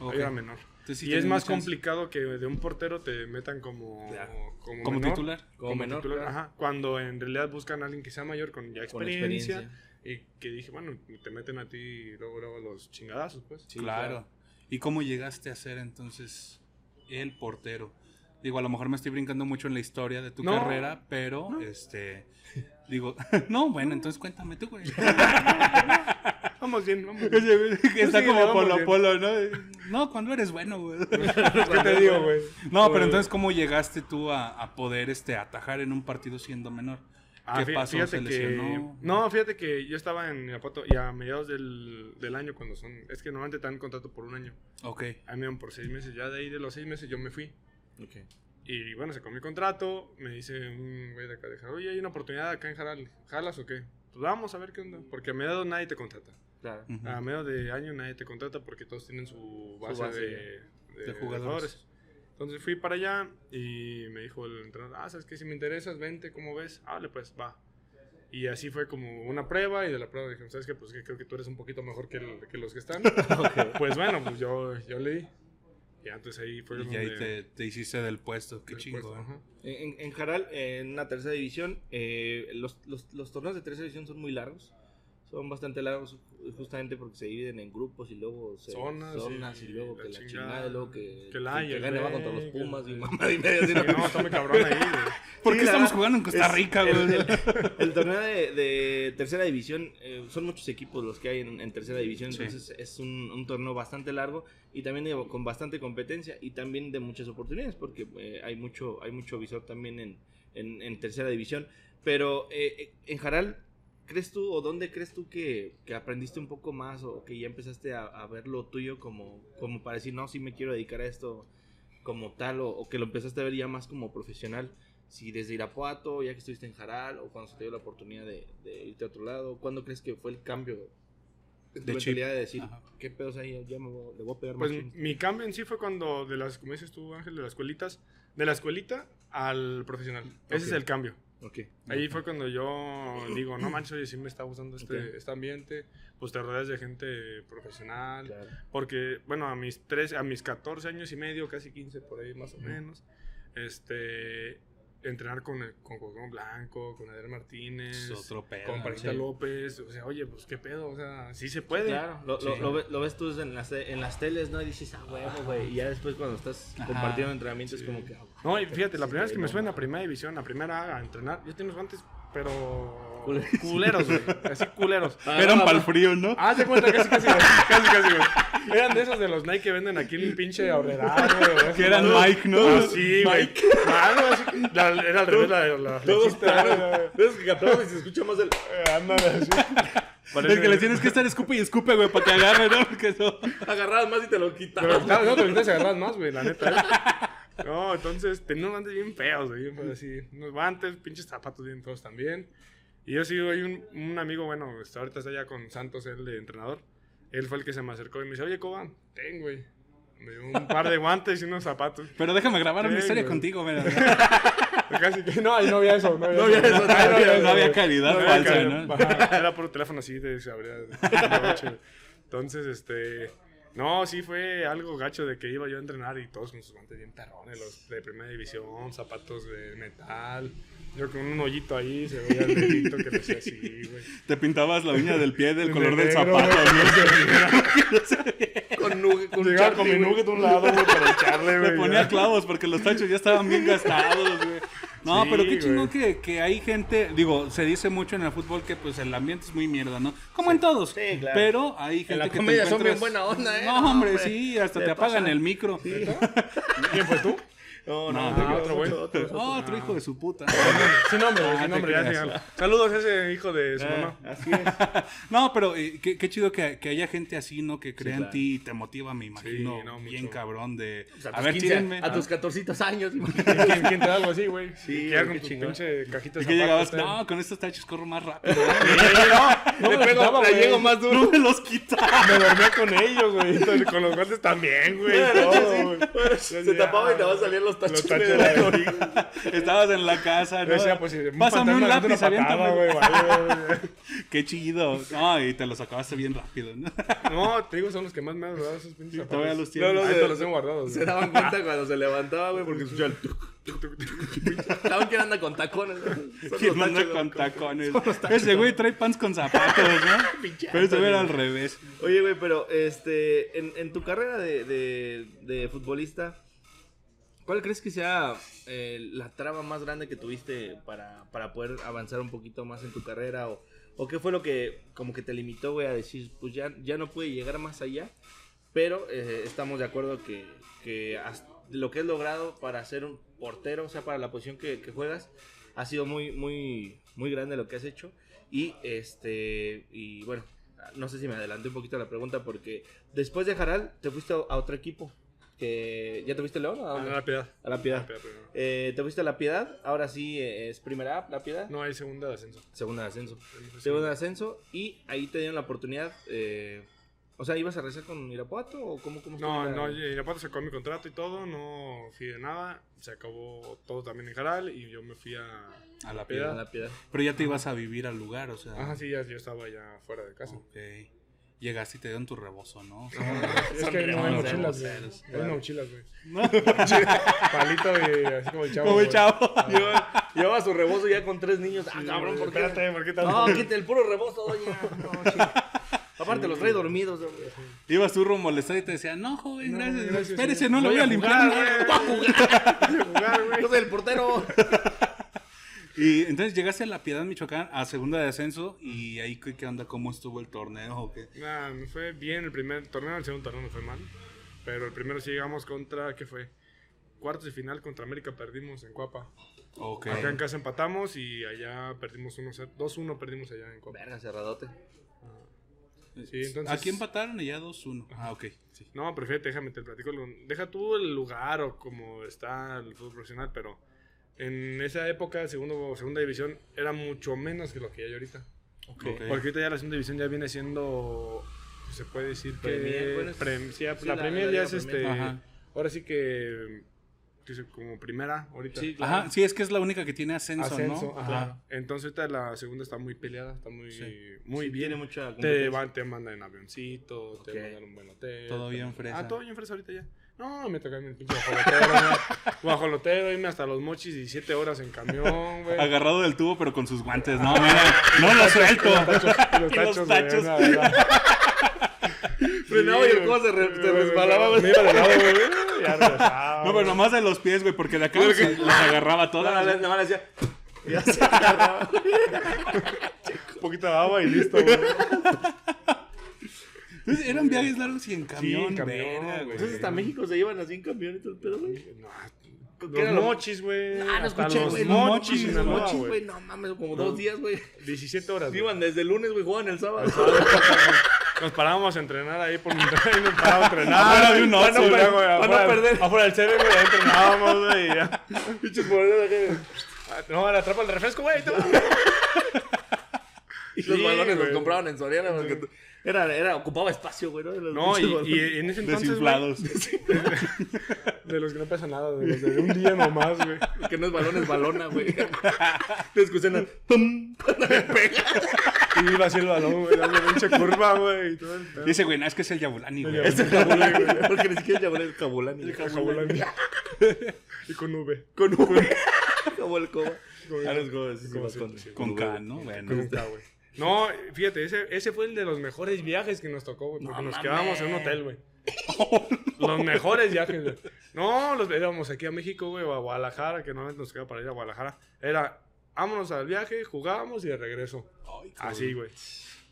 Ok. Yo era menor. Entonces, sí y es tenías más chance. complicado que de un portero te metan como, Ya. como, Como menor. titular. Como Como menor, titular, claro. ajá. Cuando en realidad buscan a alguien que sea mayor con ya Con experiencia. experiencia. Y que dije, bueno, te meten a ti y luego, luego los chingadazos, pues. claro. ¿Y cómo llegaste a ser entonces el portero? Digo, a lo mejor me estoy brincando mucho en la historia de tu No. carrera, pero este. Digo, no, bueno, entonces cuéntame tú, güey. Vamos bien, vamos bien. Oye, güey, que Está Sí, como vamos Polo bien. Polo, ¿no? No, cuando eres bueno, güey. ¿Qué te digo, güey? No, Pues. pero entonces, ¿cómo llegaste tú a, a poder este, atajar en un partido siendo menor? Ah, ¿Qué fí- pasó? Fíjate ¿Se que, lesionó? no, fíjate que yo estaba en Irapuato y a mediados del, del año cuando son... Es que normalmente te dan contrato por un año. Ok. A mí me dieron por seis meses. Ya de ahí de los seis meses yo me fui. Ok. Y bueno, se comió el contrato. Me dice un güey de acá de Jaro, oye, hay una oportunidad acá en Jaral. ¿Jalas o qué? Pues vamos a ver qué onda. Porque a mediados nadie te contrata. Claro. Ujú. A mediados de año nadie te contrata porque todos tienen su base, base, de, de De jugadores. jugadores. Entonces fui para allá y me dijo el entrenador, ah, ¿sabes qué? Si me interesas, vente, ¿cómo ves? Hable, pues, va. Y así fue como una prueba y de la prueba dijeron, ¿sabes qué? Pues que creo que tú eres un poquito mejor que, el- que los que están. pues bueno, pues yo, yo le di. Y entonces ahí fue Y ahí pues, donde- te, te hiciste del puesto. Qué del chingo, puesto, ¿eh? ajá. En, en Jaral, en una tercera división, eh, los, los, los torneos de tercera división son muy largos. Son bastante largos. justamente porque se dividen en grupos y luego se Zonas y- zonas y, luego la que la chingada, chingada, y luego que, que la el que haya, gane va güey, contra los que- Pumas y mamá y media. así, Sí, no, está muy cabrón ahí, güey. ¿Por Sí, qué la estamos verdad, jugando en Costa es- Rica, el, güey? el- el torneo de, de tercera división, eh, son muchos equipos los que hay en, en tercera división, Sí. entonces es un, un torneo bastante largo y también de- con bastante competencia y también de muchas oportunidades, porque eh, hay mucho hay mucho visor también en, en- en tercera división. Pero eh, eh, en Jaral, ¿crees tú o dónde crees tú que, que aprendiste un poco más o que ya empezaste a, a ver lo tuyo como, como para decir, no, sí me quiero dedicar a esto como tal o, o que lo empezaste a ver ya más como profesional? Si desde Irapuato, ya que estuviste en Jaral o cuando se te dio la oportunidad de, de irte a otro lado, ¿cuándo crees que fue el cambio de, De tu chip. mentalidad de decir, Ajá. qué pedos ahí, ya me voy, le voy a pegar más? Pues mi cambio en sí fue cuando, de las, como dices tú, Ángel, de las escuelitas, de la escuelita al profesional. Ese es Ok. el cambio. Ok. Ahí fue cuando yo digo, no manches, oye, sí me está gustando este, Ok. este ambiente. Pues te rodeas de gente profesional. Claro. Porque, bueno, a mis, tres, a mis 14 años y medio, casi 15 por ahí más o menos, este, entrenar con, el- con Gordón Blanco, con Adrián Martínez, Es otro pedo. con Parita sí. López. O sea, oye, pues qué pedo, o sea, sí se puede. Claro, lo, lo- Sí. lo ve- lo ves tú en las, te- en las teles, ¿no? Y dices, ah, huevo, güey. Y ya después cuando estás Ajá. compartiendo entrenamientos, Sí. como que. ah, No, y fíjate, la sí, primera vez güey, que me no suena a mames. primera división, a primera a entrenar, yo tenía unos guantes, pero Culeros. culeros, güey, así culeros. Eran para el frío, ¿no? Ah, se cuenta, casi, casi, güey, casi, casi, güey. Eran de esos de los Nike que venden aquí en el pinche ahorrerado, güey. Que eran Mike, ¿no? Ah, sí, güey. Claro, así, la- era al revés la, la Todos flechita, claro. Ves que cantabas y se escucha más el. güey. Ándale, así. El que le tienes que estar escupe y escupe, güey, para que agarre, ¿no? Porque no. Agarrabas más y te lo Pero quitabas. claro, no, te necesitas agarrar más, güey, la neta. ¿eh? No, entonces tenía unos guantes bien feos, güey, bien feos, así. Unos guantes, pinches zapatos bien feos también. Y yo sí, hay un, un amigo, bueno, está- ahorita está allá con Santos, el de entrenador. Él fue el que se me acercó y me dice, oye, Coba, ten, güey. Me dio un par de guantes y unos zapatos. Pero déjame grabar una Sí, historia güey. contigo, mira. Casi que no, ahí no había eso. No había, No había eso. eso, no Ahí había- no había calidad falsa, calidad, ¿no? ajá, Era por teléfono así, de, se abría. Entonces, este. No, sí fue algo gacho de que iba yo a entrenar y todos con sus guantes bien perrones, los de primera división, zapatos de metal. Yo con un hoyito ahí, se veía el dedito que le hacía así, güey. Te pintabas la uña del pie del De color del negro, zapato, güey. Con nuge, con Llegaba charqui, con mi güey. nugget de un lado, güey, para echarle, Le güey. ponía clavos porque los tachos ya estaban bien gastados, güey. No, Sí, pero qué güey. chingón que, que hay gente, digo, se dice mucho en el fútbol que pues el ambiente es muy mierda, ¿no? Como en todos. Sí, claro. Pero hay gente la que te comedia son bien encuentras- buena onda, ¿eh? No, No, hombre, hombre. sí, hasta Se te apagan pasan. el micro. ¿Quién fue tú? No, No, no, no, no, otro güey. Oh, otro hijo de su puta. Sin nombre, Ah, sin te nombre. creas. ya, dígalo. Saludos a ese hijo de su Ah, mamá. Así es. No, pero eh, qué, qué chido que, que haya gente así, ¿no? Que cree en claro. ti y te motiva, me imagino. Sí, no, mucho. bien cabrón de... O sea, a ver, 15 tírenme. A tus 14 años. ¿Quién, quién, quién te da algo así, güey? Sí, Sí, güey, que con qué tu chingón. pinche cajita de Y que llegabas, zapatos, eh. no, con estos tachos corro más rápido. ¿eh? no me gustaba, güey. más No me los quita. Me dormía con ellos, güey. Entonces, Con los guantes también, güey. todo, güey. Se tapaba y te van a salir los tachos. Pues Los tachos de de la- Estabas en la casa, Yo ¿no? decía, pues, si Pásame un fantasma le lápiz, mete una patada, aviéntame. güey, vale, güey. Qué chido. No, y te los acabaste bien rápido, ¿no? No, te digo, son los que más me han dado esos pinches zapatos. todavía los tienes. Ahí Luego te de- los tengo guardados, Se güey. daban cuenta cuando se levantaba, güey, porque escuchaba el tuc, ¿Saben quién anda con tacones? Son Que los manda tachos, con güey. tacones. Ese güey trae pants con zapatos, ¿no? Pinche Pero ese güey era al Anthony. revés. Oye, güey, pero este, en, en tu carrera de, de- de futbolista, ¿cuál crees que sea eh, la traba más grande que tuviste para, para poder avanzar un poquito más en tu carrera? ¿O, o qué fue lo que como que te limitó, güey, a decir, pues ya, ya no pude llegar más allá? Pero eh, estamos de acuerdo que, que has- lo que has logrado para ser un portero, o sea, para la posición que, que juegas, ha sido muy, muy, muy grande lo que has hecho. Y este, y bueno, no sé si me adelanté un poquito a la pregunta porque después de Jaral te fuiste a, a otro equipo. Que, ¿Ya te fuiste a León? o ¿A, Ah, dónde? no, la piedad. A la La Piedad. piedad primero. Eh, ¿Te fuiste a la Piedad? Ahora sí eh, es primera A, la Piedad. No, hay segunda de ascenso. Segunda de ascenso. Ahí fue Segundo de ascenso y ahí te dieron la oportunidad. eh, o sea, ¿ibas a rezar con Irapuato o cómo? cómo No, estuvo no, la- Irapuato sacó mi contrato y todo, no fui de nada, se acabó todo también en Jaral y yo me fui a... A la Piedad. a la Piedad. Pero ya te ibas a vivir al lugar, o sea. Ah. Ajá, ah, sí, ya, yo estaba ya fuera de casa. Ok. Llegaste y te dieron tu rebozo, ¿no? Ah, es que no hay remoceros, mochilas, güey. remoceros, No hay claro. mochilas, güey. No. Palito y así como el chavo. Como el güey. Ah. chavo. Lleva, lleva su rebozo ya con tres niños. Ah, cabrón, ¿por qué? Espérate, ¿por qué No, tan... quita el puro rebozo, doña. No, chica. Aparte, los trae dormidos. güey. Ibas tú rumbo al estadio y te decía, no, joven, No, gracias, gracias, espérese, señor. no lo voy a limpiar. jugar, no". güey. Voy a jugar, güey. Yo soy el portero. Y entonces llegaste a La Piedad, Michoacán, a segunda de ascenso, y ahí, ¿qué qué onda? ¿Cómo estuvo el torneo? o qué? Nah, me fue bien el primer torneo, el segundo torneo me fue mal. Pero el primero sí llegamos contra, ¿qué fue? Cuartos de final contra América perdimos en Cuapa. Ok. Acá en casa empatamos y allá perdimos 1-0, 2-1 perdimos allá en Cuapa. Verga, cerradote. Sí, entonces- Aquí empataron y ya 2-1. Ah, ok. sí. No, pero fíjate, déjame te platico. lo- Deja tú el lugar o cómo está el fútbol profesional, pero en esa época, segundo, segunda división, era mucho menos que lo que hay ahorita. Ok. Porque ahorita ya la segunda división ya viene siendo, pues, se puede decir que... Premier, bueno, es- prem- sí, ya- sí, la, la- Premier la ya Liga es Premier. este... Ajá. Ahora sí que... dice, Como primera ahorita. Sí, claro. Ajá, sí, es que es la única que tiene ascenso, Ascenso, ¿no? ajá. Claro. Entonces ahorita la segunda está muy peleada, está muy, Sí. muy Sí, bien. Tiene mucha Te, competencia. van, te mandan en avioncito, Ok. te mandan un buen hotel. Todo te- bien fresa. Ah, todo bien fresa ahorita ya. No, me toca el pinche bajolotero, güey. bajolotero, irme hasta los mochis 17 horas en camión, güey. Agarrado del tubo, pero con sus guantes. No, mira, no lo suelto. Y Y los tachos. güey, la verdad. Frenaba y el güey, codo se re- se güey, resbalaba, güey, güey. Me iba de lado, güey. Ya regresaba. No, pero nomás de los pies, güey, Ah, porque de acá las agarraba Nada todas. más- güey. nada más le decía. Ya se agarraba. Un poquito de agua y listo, güey. Entonces, eran viajes largos y en camión. en camión, verga, güey. Entonces hasta México se llevan así en camión y todo el pedo, güey. No, ¿Qué era los lo- mochis, güey. Ah, no hasta escuché, los güey. los mochis, mochis, Los Sinaloa, mochis, güey. güey, no mames, como dos días, güey. 17 horas. güey. Iban desde el lunes, güey, jugaban el sábado. Nos parábamos a entrenar ahí por Monterrey, nos parábamos a entrenar. Ah, Afuera de un Para Oxxo, no perder, güey, güey, para no afuera- perder. Afuera del CB, güey, ahí entrenábamos, güey, y ya. Pinches morenos acá, güey. Ah, No, la atrapa el refresco, güey. ahí te va. Y los Sí, balones los güey. compraban en Soriana porque tú- era, era, ocupaba espacio, güey. No, Los No, pinches y, balones. y en ese entonces, Desinflados. güey, de los que no pesa nada, de los de un día nomás, güey. Que no es balón, es balona, güey. Le escuché una. ¡Pum! Me pega. Y iba así el balón, güey, dando pinche curva, güey, y todo el pedo. Dice, güey, no, es que es el Yabulani, güey. Es el cabulán, güey. Porque ni siquiera llamó el cabulán. güey. Jabulani. Y con V. Con un. Como el coba. Con- Ah, los cobas, sí, sí, con- vas con- sí, Con con K, V. ¿no? Con Bueno. K, güey. No, fíjate, ese, ese fue el de los mejores viajes que nos tocó, güey, porque No nos quedábamos en un mames. hotel, güey. Los mejores viajes, güey. No, los éramos aquí a México, güey, o a Guadalajara, que normalmente nos queda para ir a Guadalajara. Era, vámonos al viaje, jugábamos y de regreso. Ay, cabrón. Así, güey.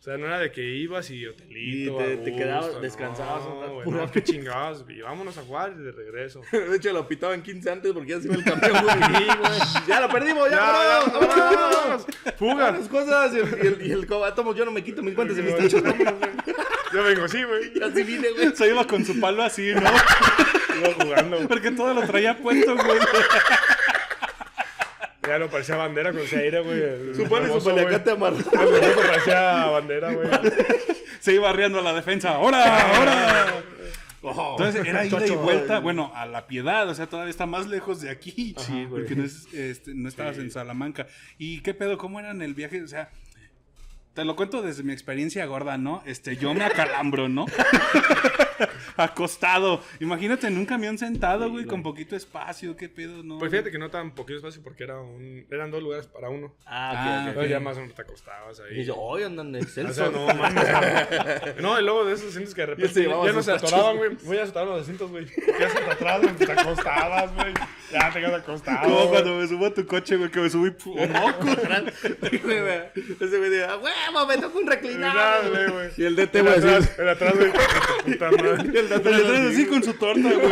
O sea, no era de que ibas y hotelito. Y te- a te quedabas, gusto, descansabas No, otra- güey, pura- no, qué chingados, güey. Vámonos a jugar y de regreso. De hecho, lo pitaban 15 antes porque ya se iba el campeón, güey. Sí, güey. Ya lo perdimos, ya, Ya, vámonos, ya, vámonos, vámonos. Fuga. Las cosas y el, y el, y el coba, tomo, yo no me quito mis guantes y mis tachos. Yo vengo así, güey. Ya sí vine, güey. Se iba con su palo así, ¿no? Iba jugando, güey. Porque todo lo traía puesto, güey. Ya no parecía bandera con ese aire, güey. Su pan y su Hermoso, güey. paliacate amarrado. El famoso parecía bandera, güey. Se iba arriando a la defensa. ¡Ahora! ¡Ahora! Oh. Entonces era ida y Chacho, vuelta, ay. bueno, a la piedad, o sea, todavía está más lejos de aquí. Sí, güey. Porque no, es, este, no estabas en Salamanca. ¿Y qué pedo? ¿Cómo eran el viaje? O sea, te lo cuento desde mi experiencia gorda, ¿no? Este, yo me acalambro, ¿no? Acostado. Imagínate en un camión sentado, güey, con poquito espacio, qué pedo, ¿no? Pues fíjate que no tan poquito espacio porque era un, eran dos lugares para uno. Ah, Ah, ok, ok. Entonces ya más o menos te acostabas Y ahí. yo, hoy andan O excelsos. sea, no, mames. No, y luego de esos sientes que Ya se de repente ya, llevaban no sus se tachos, atoraban, güey. Voy a azotar los asientos, güey. Ya hasta atrás, güey. Te acostabas, güey. Ya te quedas acostado. Como güey. Ah, cuando me subo a tu coche, güey, que me subí pu- moco. Ese güey de, "Ah, huevo, me tocó un Nada, reclinado. güey, güey. Y el DT, En güey, así. atrás, en atrás, güey. Puta madre. El DT Pero le así, traes así con su torta, güey.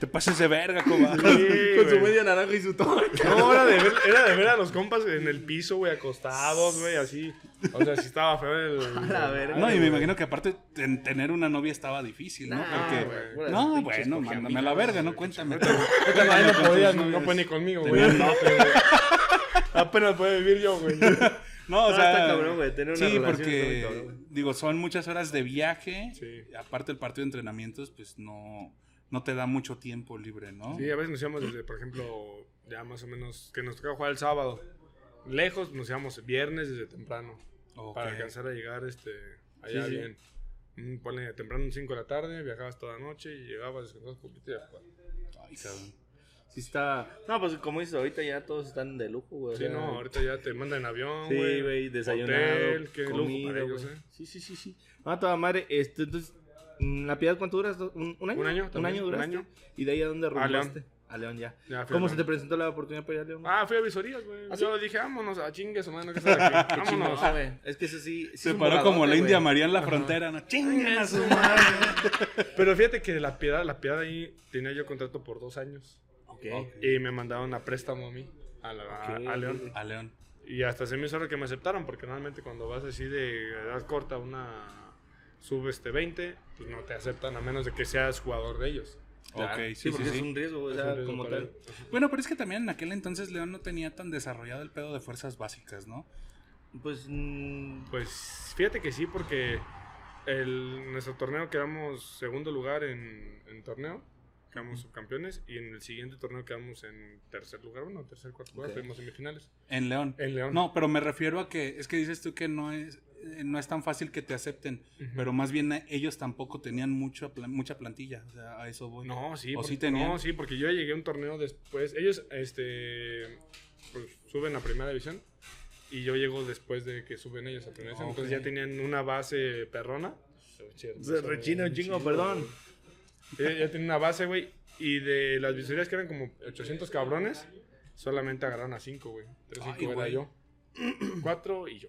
Te pases de verga, coba. Sí, Con su güey. media naranja y su torta. No, era de, ver, era de ver a los compas en el piso, güey, acostados, güey, así. O sea, sí estaba feo el... la verga. No, y me imagino que aparte ten- tener una novia estaba difícil, ¿no? Nah, Porque- güey, puras no, pinches bueno, cogiaminas, mándame a la verga, no cuéntame. Ahí Cuéntame pues, no con podía, tus no, no novias. puede ni conmigo, güey. Tenía Apenas puede vivir yo, güey. No, o No, sea, Ah, está cabrón, güey, tener una sí, relación está muy porque cabrón, güey. digo, son muchas horas de viaje. Sí. Aparte el partido de entrenamientos, pues no, no te da mucho tiempo libre, ¿no? Sí, a veces nos íbamos desde, por ejemplo, ya más o menos, que nos tocaba jugar el sábado. Lejos nos íbamos viernes desde temprano. Ok. Para alcanzar a llegar este, allá Sí, sí. bien. Mm, Ponle pues. temprano 5 de la tarde, viajabas toda la noche y llegabas, descansabas un poquito y a jugar. Ay, cabrón. sí está. No, pues como dices, ahorita ya todos están de lujo, güey. o Sí, sea, no, ahorita ya te mandan en avión, Sí, güey. güey, desayunado, Hotel, qué lujo comida, para ellos, güey. ¿eh? Sí, sí, sí, sí. Ah, toda madre, este, entonces, mm, ¿la piedad cuánto duras? ¿Do- ¿Un, un año? Un año, también, un duraste? año. ¿Y de ahí a dónde León. rumbaste? A León ya. Ya, fui a ¿Cómo León. se te presentó la oportunidad para ir a León? Ah, fui a visorías, güey. ¿Ah, sí? Yo dije, vámonos a chingue su madre, que estás aquí. vámonos. No, güey, Es que eso sí. sí Se es un paró como voladote, la India güey. María en la frontera, ¿no? ¡Chingan a su madre! Pero fíjate que la piedad, la piedad ahí tenía yo contrato por dos años. Ok. Y me mandaron a préstamo a mí, a, la- a- Ok. a León. A León. Y hasta se me hizo raro que me aceptaron, porque normalmente cuando vas así de edad corta, una sub este 20, pues no te aceptan a menos de que seas jugador de ellos. Ok, sí, Sí, sí, porque sí. es un riesgo, güey, o Es sea, un riesgo como para tal. ellos. Bueno, pero es que también en aquel entonces León no tenía tan desarrollado el pedo de fuerzas básicas, ¿no? Pues. mm, Pues fíjate que sí, porque el, nuestro torneo quedamos segundo lugar en, en torneo, quedamos subcampeones, y en el siguiente torneo quedamos en tercer lugar, bueno, tercer, cuarto lugar, Ok. fuimos semifinales. En León. En León. No, pero me refiero a que es que dices tú que no es eh, no es tan fácil que te acepten, pero más bien eh, ellos tampoco tenían mucho, pla- mucha plantilla, o sea, a eso voy. No, sí, ¿O porque, sí tenían? no, sí, porque yo llegué a un torneo después. Ellos este pues, suben a primera división y yo llego después de que suben ellos a primera división. Ok. Entonces ya tenían una base perrona. Se rechina un chingo, perdón. Ya, ya tenían una base, güey. Y de las visorías que eran como 800 cabrones, solamente agarraron a 5, güey. 3 Ay, 5 era güey. yo. 4 y yo.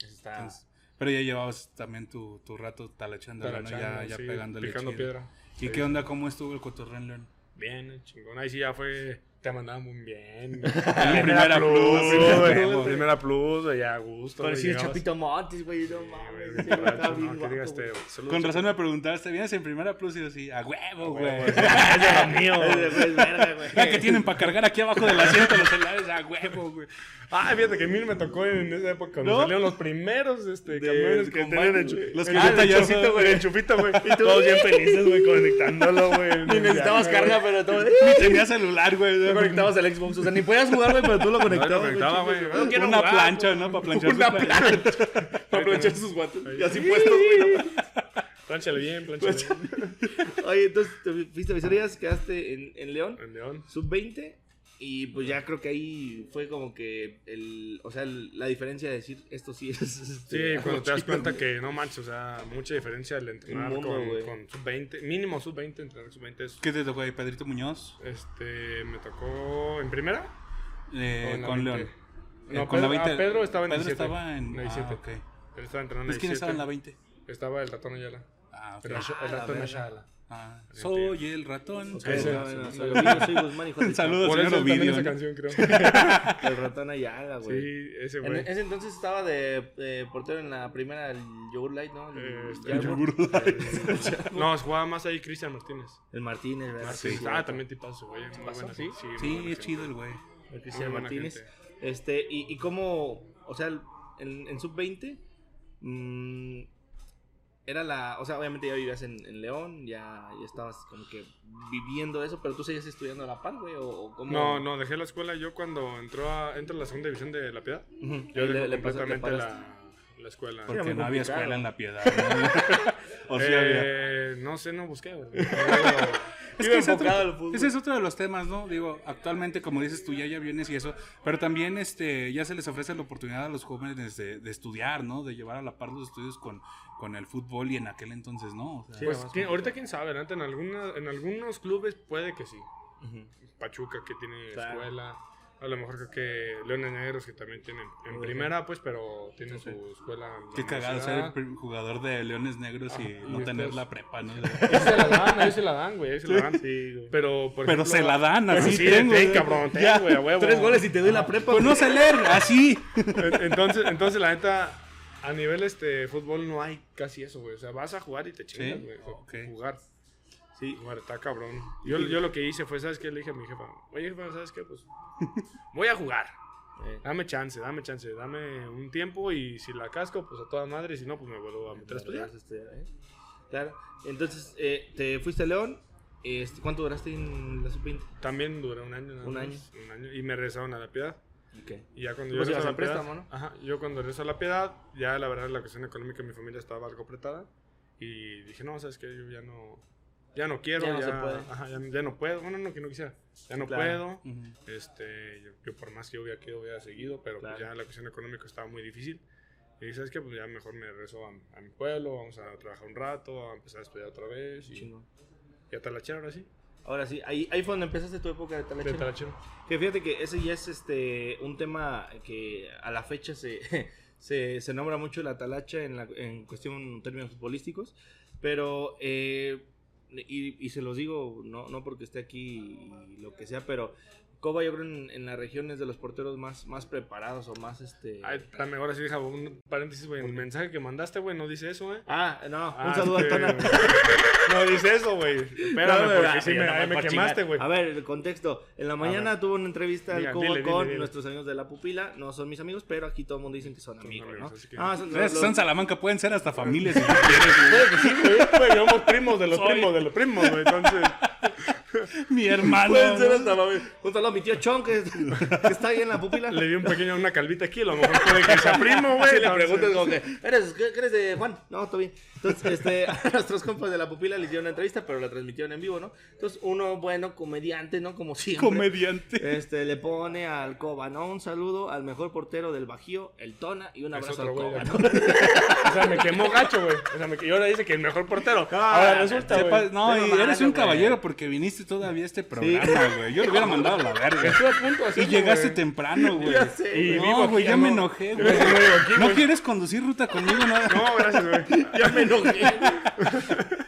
Está Entonces, pero ya llevabas también tu, tu rato talachándole, ¿no? Ya, ya sí, pegándole picando chido. piedra. ¿Y qué onda? ¿Cómo estuvo el cotorreo en León? Bien, chingón. Ahí sí ya fue. Te mandaban muy bien. La primera plus, güey, primera güey, plus, la güey. primera plus, güey, ya a gusto. güey, Parecía llegabas. Chapito Montes, güey. No Sí, mames. güey, ese bien güey estaba borracho, bien ¿no? este ¿Qué guaco, digas, güey. te- saludos, Con razón me chapito. preguntaste, ¿vienes en primera plus? Y yo así, a huevo, güey. pues, Ese era mío. Ese güey es verga, güey. Ya que tienen para cargar aquí abajo del asiento los celulares, a huevo, güey. Ah, fíjate que a mí me tocó en esa época cuando ¿No? salieron los primeros este, camiones que con tenían baño, el, güey. chu- Los el- que ah, ahorita el ya chufito, son- güey. El chufito, güey. Y todos bien felices, güey, conectándolo, güey. Ni necesitabas carga, pero todo. Ni tenía celular, güey. Tú conectabas al Xbox. O sea, ni podías jugar, güey, pero tú lo No, conectabas. lo conectaba, güey. chingo. No quiero Una jugar, plancha, ¿no? Para planchar sus Una playeras. Para planchar sus guantes. güey. Y así puestos, güey. Plánchale bien, plánchale bien. Oye, entonces te fuiste a Visorías, quedaste en, en León, El león. sub-20. Y pues ya creo que ahí fue como que el, o sea, el- la diferencia de decir esto sí es. Sí, este, cuando te das chido, cuenta güey. que no manches, o sea, mucha diferencia el El entrenar mundo, güey. con, con sub-20, mínimo sub-20, entrenar sub-20 es... ¿Qué te tocó ahí, Pedrito Muñoz? Este, me tocó en primera, Eh, Con la con 20. León. No, Eh, con la Pedro- ah, 20. Pedro estaba en Pedro 17. estaba en En 17. Ah, ok. Él estaba entrenando Pues, ¿Quién estaba en la 17. 20? Estaba el ratón Ayala. Ah, ok. El, rato Ah, el la ratón verga. Ayala. Ah, Argentina. soy el ratón. Ok, Ese- no, no, soy Ovidio, soy Guzmán, hijo de- Saludos. Por señor eso también Ovidio, esa ¿no? canción, creo. El ratón Ayala, güey. sí, ese En güey. ese entonces estaba de eh, portero en la primera, el Yogur Light, ¿no? Eh, El, este, Jaguar. No, jugaba más ahí Cristian Martínez. El Martínez, ¿verdad? Ah, Sí, sí. cierto. Ah, también tipazo, güey. Muy buena ¿Sí? gente. muy Sí, buena es gente. chido el güey. El Cristian Muy buena Martínez. gente. Este, y, y cómo, o sea, en, en sub-20, mm, era la, o sea, obviamente ya vivías en, en León, ya, ya estabas como que viviendo eso, pero tú seguías estudiando a la par, güey, o, o cómo... No, no, dejé la escuela yo cuando entró a, entró a la segunda división de La Piedad. Ujú, Yo ahí dejé le- le pasó- le completamente paraste. la, la escuela. Porque muy no había complicado. escuela en la piedad. ¿no? o sea, había. Eh, no sé, no busqué, güey. Pues, Pero- Es Iba que ese, otro- enfocado al fútbol. ese es otro de los temas, ¿no? Digo, actualmente, como dices tú, ya, ya vienes y eso, pero también este, ya se les ofrece la oportunidad a los jóvenes de, de estudiar, ¿no? De llevar a la par los estudios con, con el fútbol y en aquel entonces, ¿no? O sea, Pues ¿quién- ahorita quién sabe, ¿verdad? En, alguna- en algunos clubes puede que sí. Ujú. Pachuca que tiene Claro. escuela. A lo mejor creo que Leones Negros que también tienen en Ujú. primera, pues, pero tiene Sí, sí. su escuela. en la Pues, Qué cagado ser el ah. universidad. prim- jugador de Leones Negros y Ajá, y no tener después- la prepa, ¿no? Ahí se la dan, ahí se la dan, güey, ahí se la dan. Sí, güey. Pero, por Pero ejemplo, se la dan, pues así sí, tengo. ten, ¿no? cabrón, ten, Ya. güey, a huevo. Tres goles y te doy la prepa, Pues no güey. sé leer, así. En- Entonces, entonces la neta, a nivel este fútbol no hay casi eso, güey. O sea, vas a jugar y te chingas, Sí, güey. O sea, ok. Jugar. Sí. Jugar, está cabrón. Yo, yo lo que hice fue, ¿sabes qué? Le dije a mi jefa, oye, jefa, ¿sabes qué? Pues voy a jugar. Eh, Dame chance, dame chance, dame un tiempo y si la casco, pues a toda madre, y si no, pues me vuelvo a meter a estudiar. Vas a estudiar, ¿eh? Claro. Entonces, eh, te fuiste a León, este, ¿cuánto duraste en la sub-20? También duré un año, nada Un más, año. un año. Y me regresaron a la piedad. Ok. Y ya cuando yo Pues regreso ibas a a la piedad, préstamo, ¿no? ajá, yo cuando regreso a la piedad, ya la verdad la cuestión económica de mi familia estaba algo apretada y dije, no, sabes que yo ya no, ya no quiero, Ya ya, no se puede. ajá, ya, ya no puedo. Bueno, no que no quisiera, ya no Claro. puedo. Este, yo, yo por más que yo hubiera querido, hubiera seguido, pero pues, Claro. ya la cuestión económica estaba muy difícil. Y dije, ¿sabes qué? Pues ya mejor me regreso a, a mi pueblo, vamos a trabajar un rato, a empezar a estudiar otra vez. Y, Chingón. y a talachero ahora sí. Ahora sí, ahí, ahí fue donde empezaste tu época de De talachero. talachero. Que fíjate que ese ya es este un tema que a la fecha se, se, se nombra mucho la talacha en, la, en cuestión en términos futbolísticos, pero eh, y, y se los digo, no, no porque esté aquí y lo que sea, pero Coba yo creo en, en la región es de los porteros más, más preparados o más este... Ay, espérame, ahora sí, deja un paréntesis, güey. El mensaje que mandaste, güey, no dice eso, ¿eh? Ah, no, Ah, un saludo este, a Tona. No dice eso, güey. Espérame, No, ah, porque ¿verdad? sí Yo me, nomás ahí me por quemaste, chingar. güey. A ver, el contexto. En la mañana tuve una entrevista al Diga, Cobo dile, dile, con dile. nuestros amigos de la pupila. No son mis amigos, pero aquí todo el mundo dicen que son amigos, amigos, ¿no? así que- Ah, son, Ustedes que los- son Salamanca, pueden ser hasta familias si tú quieres. Güey, pues sí, güey, güey, somos primos de los Soy- primos de los primos, güey. Entonces, Mi hermano. Pueden ser hasta la vez. Un saludo a mi tío Chon, que, que está ahí en la pupila. le di un pequeño, una calvita aquí, a lo mejor puede que sea primo, güey. Así le entonces- preguntas como que, ¿eres, qué- qué eres de Juan? No, todo bien. Entonces, este, a nuestros compas de la pupila le hicieron una entrevista, pero la transmitieron en vivo, ¿no? Entonces, uno bueno, comediante, ¿no? Como siempre. Comediante. Este, le pone al Coba, ¿no? Un saludo al mejor portero del Bajío, el Tona, y un Es abrazo al otro Coba, güey, ya. ¿no? O sea, me quemó gacho, güey. O sea, me... y ahora dice que el mejor portero. ahora resulta, Sepa- güey. no, Estoy y mamando, eres un güey. caballero porque viniste todavía a este programa, güey. Yo lo hubiera mandado a la verga. Estuve a punto de Y hacerlo, llegaste güey. temprano, güey. Ya sé, Y no, vivo aquí, güey, ya ya me no. enojé, Yo güey. ya no vivo aquí, ¿No güey. quieres conducir ruta conmigo? Nada? No, gracias, güey. Ya me enojé.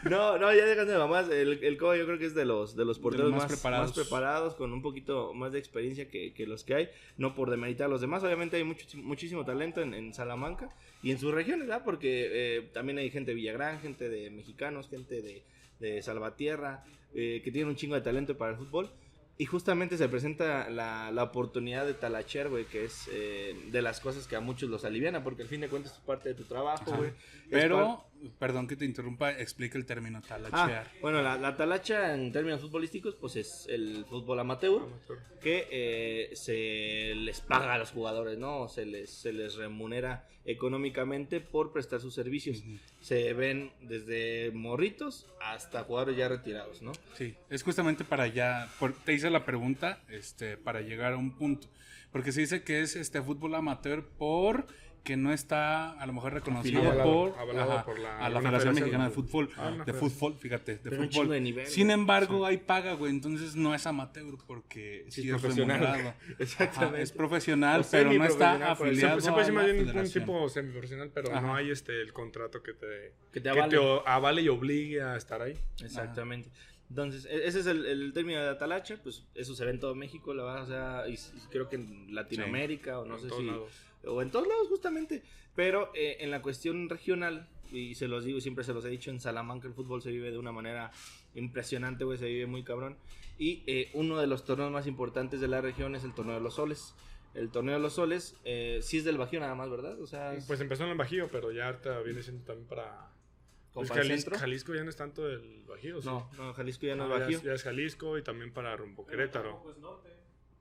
No, no, ya déjate de mamás. El, el Coba yo creo que es de los, de los porteros más más, más preparados. preparados. con un poquito más de experiencia que, que los que hay. No por demeritar a los demás. Obviamente hay mucho, muchísimo talento en, en Salamanca y en sus regiones, ¿verdad? Porque eh, también hay gente de Villagrán, gente de mexicanos, gente de, de Salvatierra, eh, que tienen un chingo de talento para el fútbol. Y justamente se presenta la, la oportunidad de talacher, güey, que es eh, de las cosas que a muchos los aliviana, porque al fin de cuentas es parte de tu trabajo, Ajá. güey. Es par- Pero, perdón que te interrumpa, explica el término talachear. Ah, bueno, la, la talacha en términos futbolísticos, pues es el fútbol amateur que eh, se les paga a los jugadores, ¿no? Se les, se les remunera económicamente por prestar sus servicios. Ujú. Se ven desde morritos hasta jugadores ya retirados, ¿no? Sí, es justamente para allá, por- te hice la pregunta, este, para llegar a un punto, porque se dice que es este fútbol amateur por que no está a lo mejor reconocido Afiliado, por, avalado por la- a la una Federación federación. Mexicana de Fútbol, Ah, una de federación. fútbol, fíjate, de Pero un fútbol. chingo de nivel, Sin em- güey. embargo, hay paga, güey, entonces no es amateur porque Sí, sí, es es profesional. remunerado. Exactamente. Ajá, es profesional, Pues O pero no está semiprofesional, por ejemplo. afiliado Siempre, siempre a se me la viene un federación. tipo semiprofesional, pero no Ajá. hay este, el contrato que te, Que te que avalen. te o- avale y obligue a estar ahí. Exactamente. Entonces, e- ese es el, el término de Atalacha, pues eso se ve en todo México, la verdad, o sea, y, s- y creo que en Latinoamérica, o no en sé todos si, lados. o en todos lados justamente, pero eh, en la cuestión regional, y se los digo, y siempre se los he dicho, en Salamanca el fútbol se vive de una manera impresionante, güey, se vive muy cabrón, y eh, uno de los torneos más importantes de la región es el Torneo de los Soles. El Torneo de los Soles, eh, sí es del Bajío nada más, ¿verdad? O sea, es Pues empezó en el Bajío, pero ya ahorita viene siendo también para... como pues para el Jalis- centro. Jalisco ya no es tanto del Bajío, ¿sí? No, no, Jalisco ya no Ah, es ya Bajío. es- Ya es Jalisco y también para rumbo Querétaro.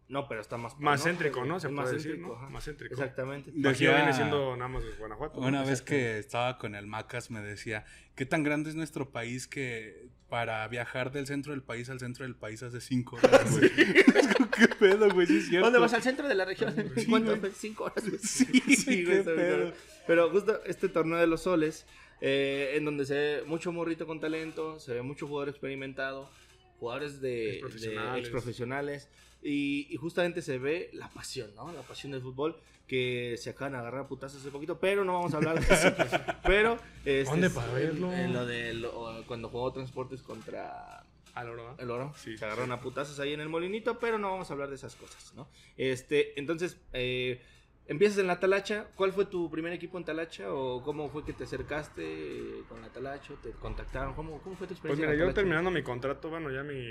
No, pero está más... Más ¿no? céntrico, ¿no? Se Es puede más decir, céntrico, ¿no? ajá. Más céntrico. Exactamente. Bajío Decía- viene siendo nada más de Guanajuato. Una ¿no? vez que estaba con el Macas me decía, ¿qué tan grande es nuestro país que para viajar del centro del país al centro del país hace cinco horas, güey? Es como, ¿Qué pedo, güey? Sí es cierto. ¿Dónde vas al centro de la región? Sí, ¿Cuánto? güey. Cinco horas. güey. sí, güey, qué está bien pedo. cabrón. Pero justo este torneo de los soles, eh, en donde se ve mucho morrito con talento, se ve mucho jugador experimentado, jugadores de Exprofesionales. de exprofesionales. Y, y justamente se ve la pasión, ¿no? La pasión del fútbol que se acaban de agarrar a putazos hace poquito, pero no vamos a hablar de eso. pero. este, ¿Dónde para verlo? En lo de lo- cuando jugó Transportes contra ¿Al oro? el oro. Sí, se agarraron sí. a putazos ahí en el molinito, pero no vamos a hablar de esas cosas, ¿no? Este, entonces, eh, empiezas en la talacha. ¿Cuál fue tu primer equipo en talacha? ¿O cómo fue que te acercaste con la talacha? ¿Te contactaron? ¿Cómo, cómo fue tu Pues experiencia? mira, en la yo talacha? terminando mi contrato, bueno, ya mi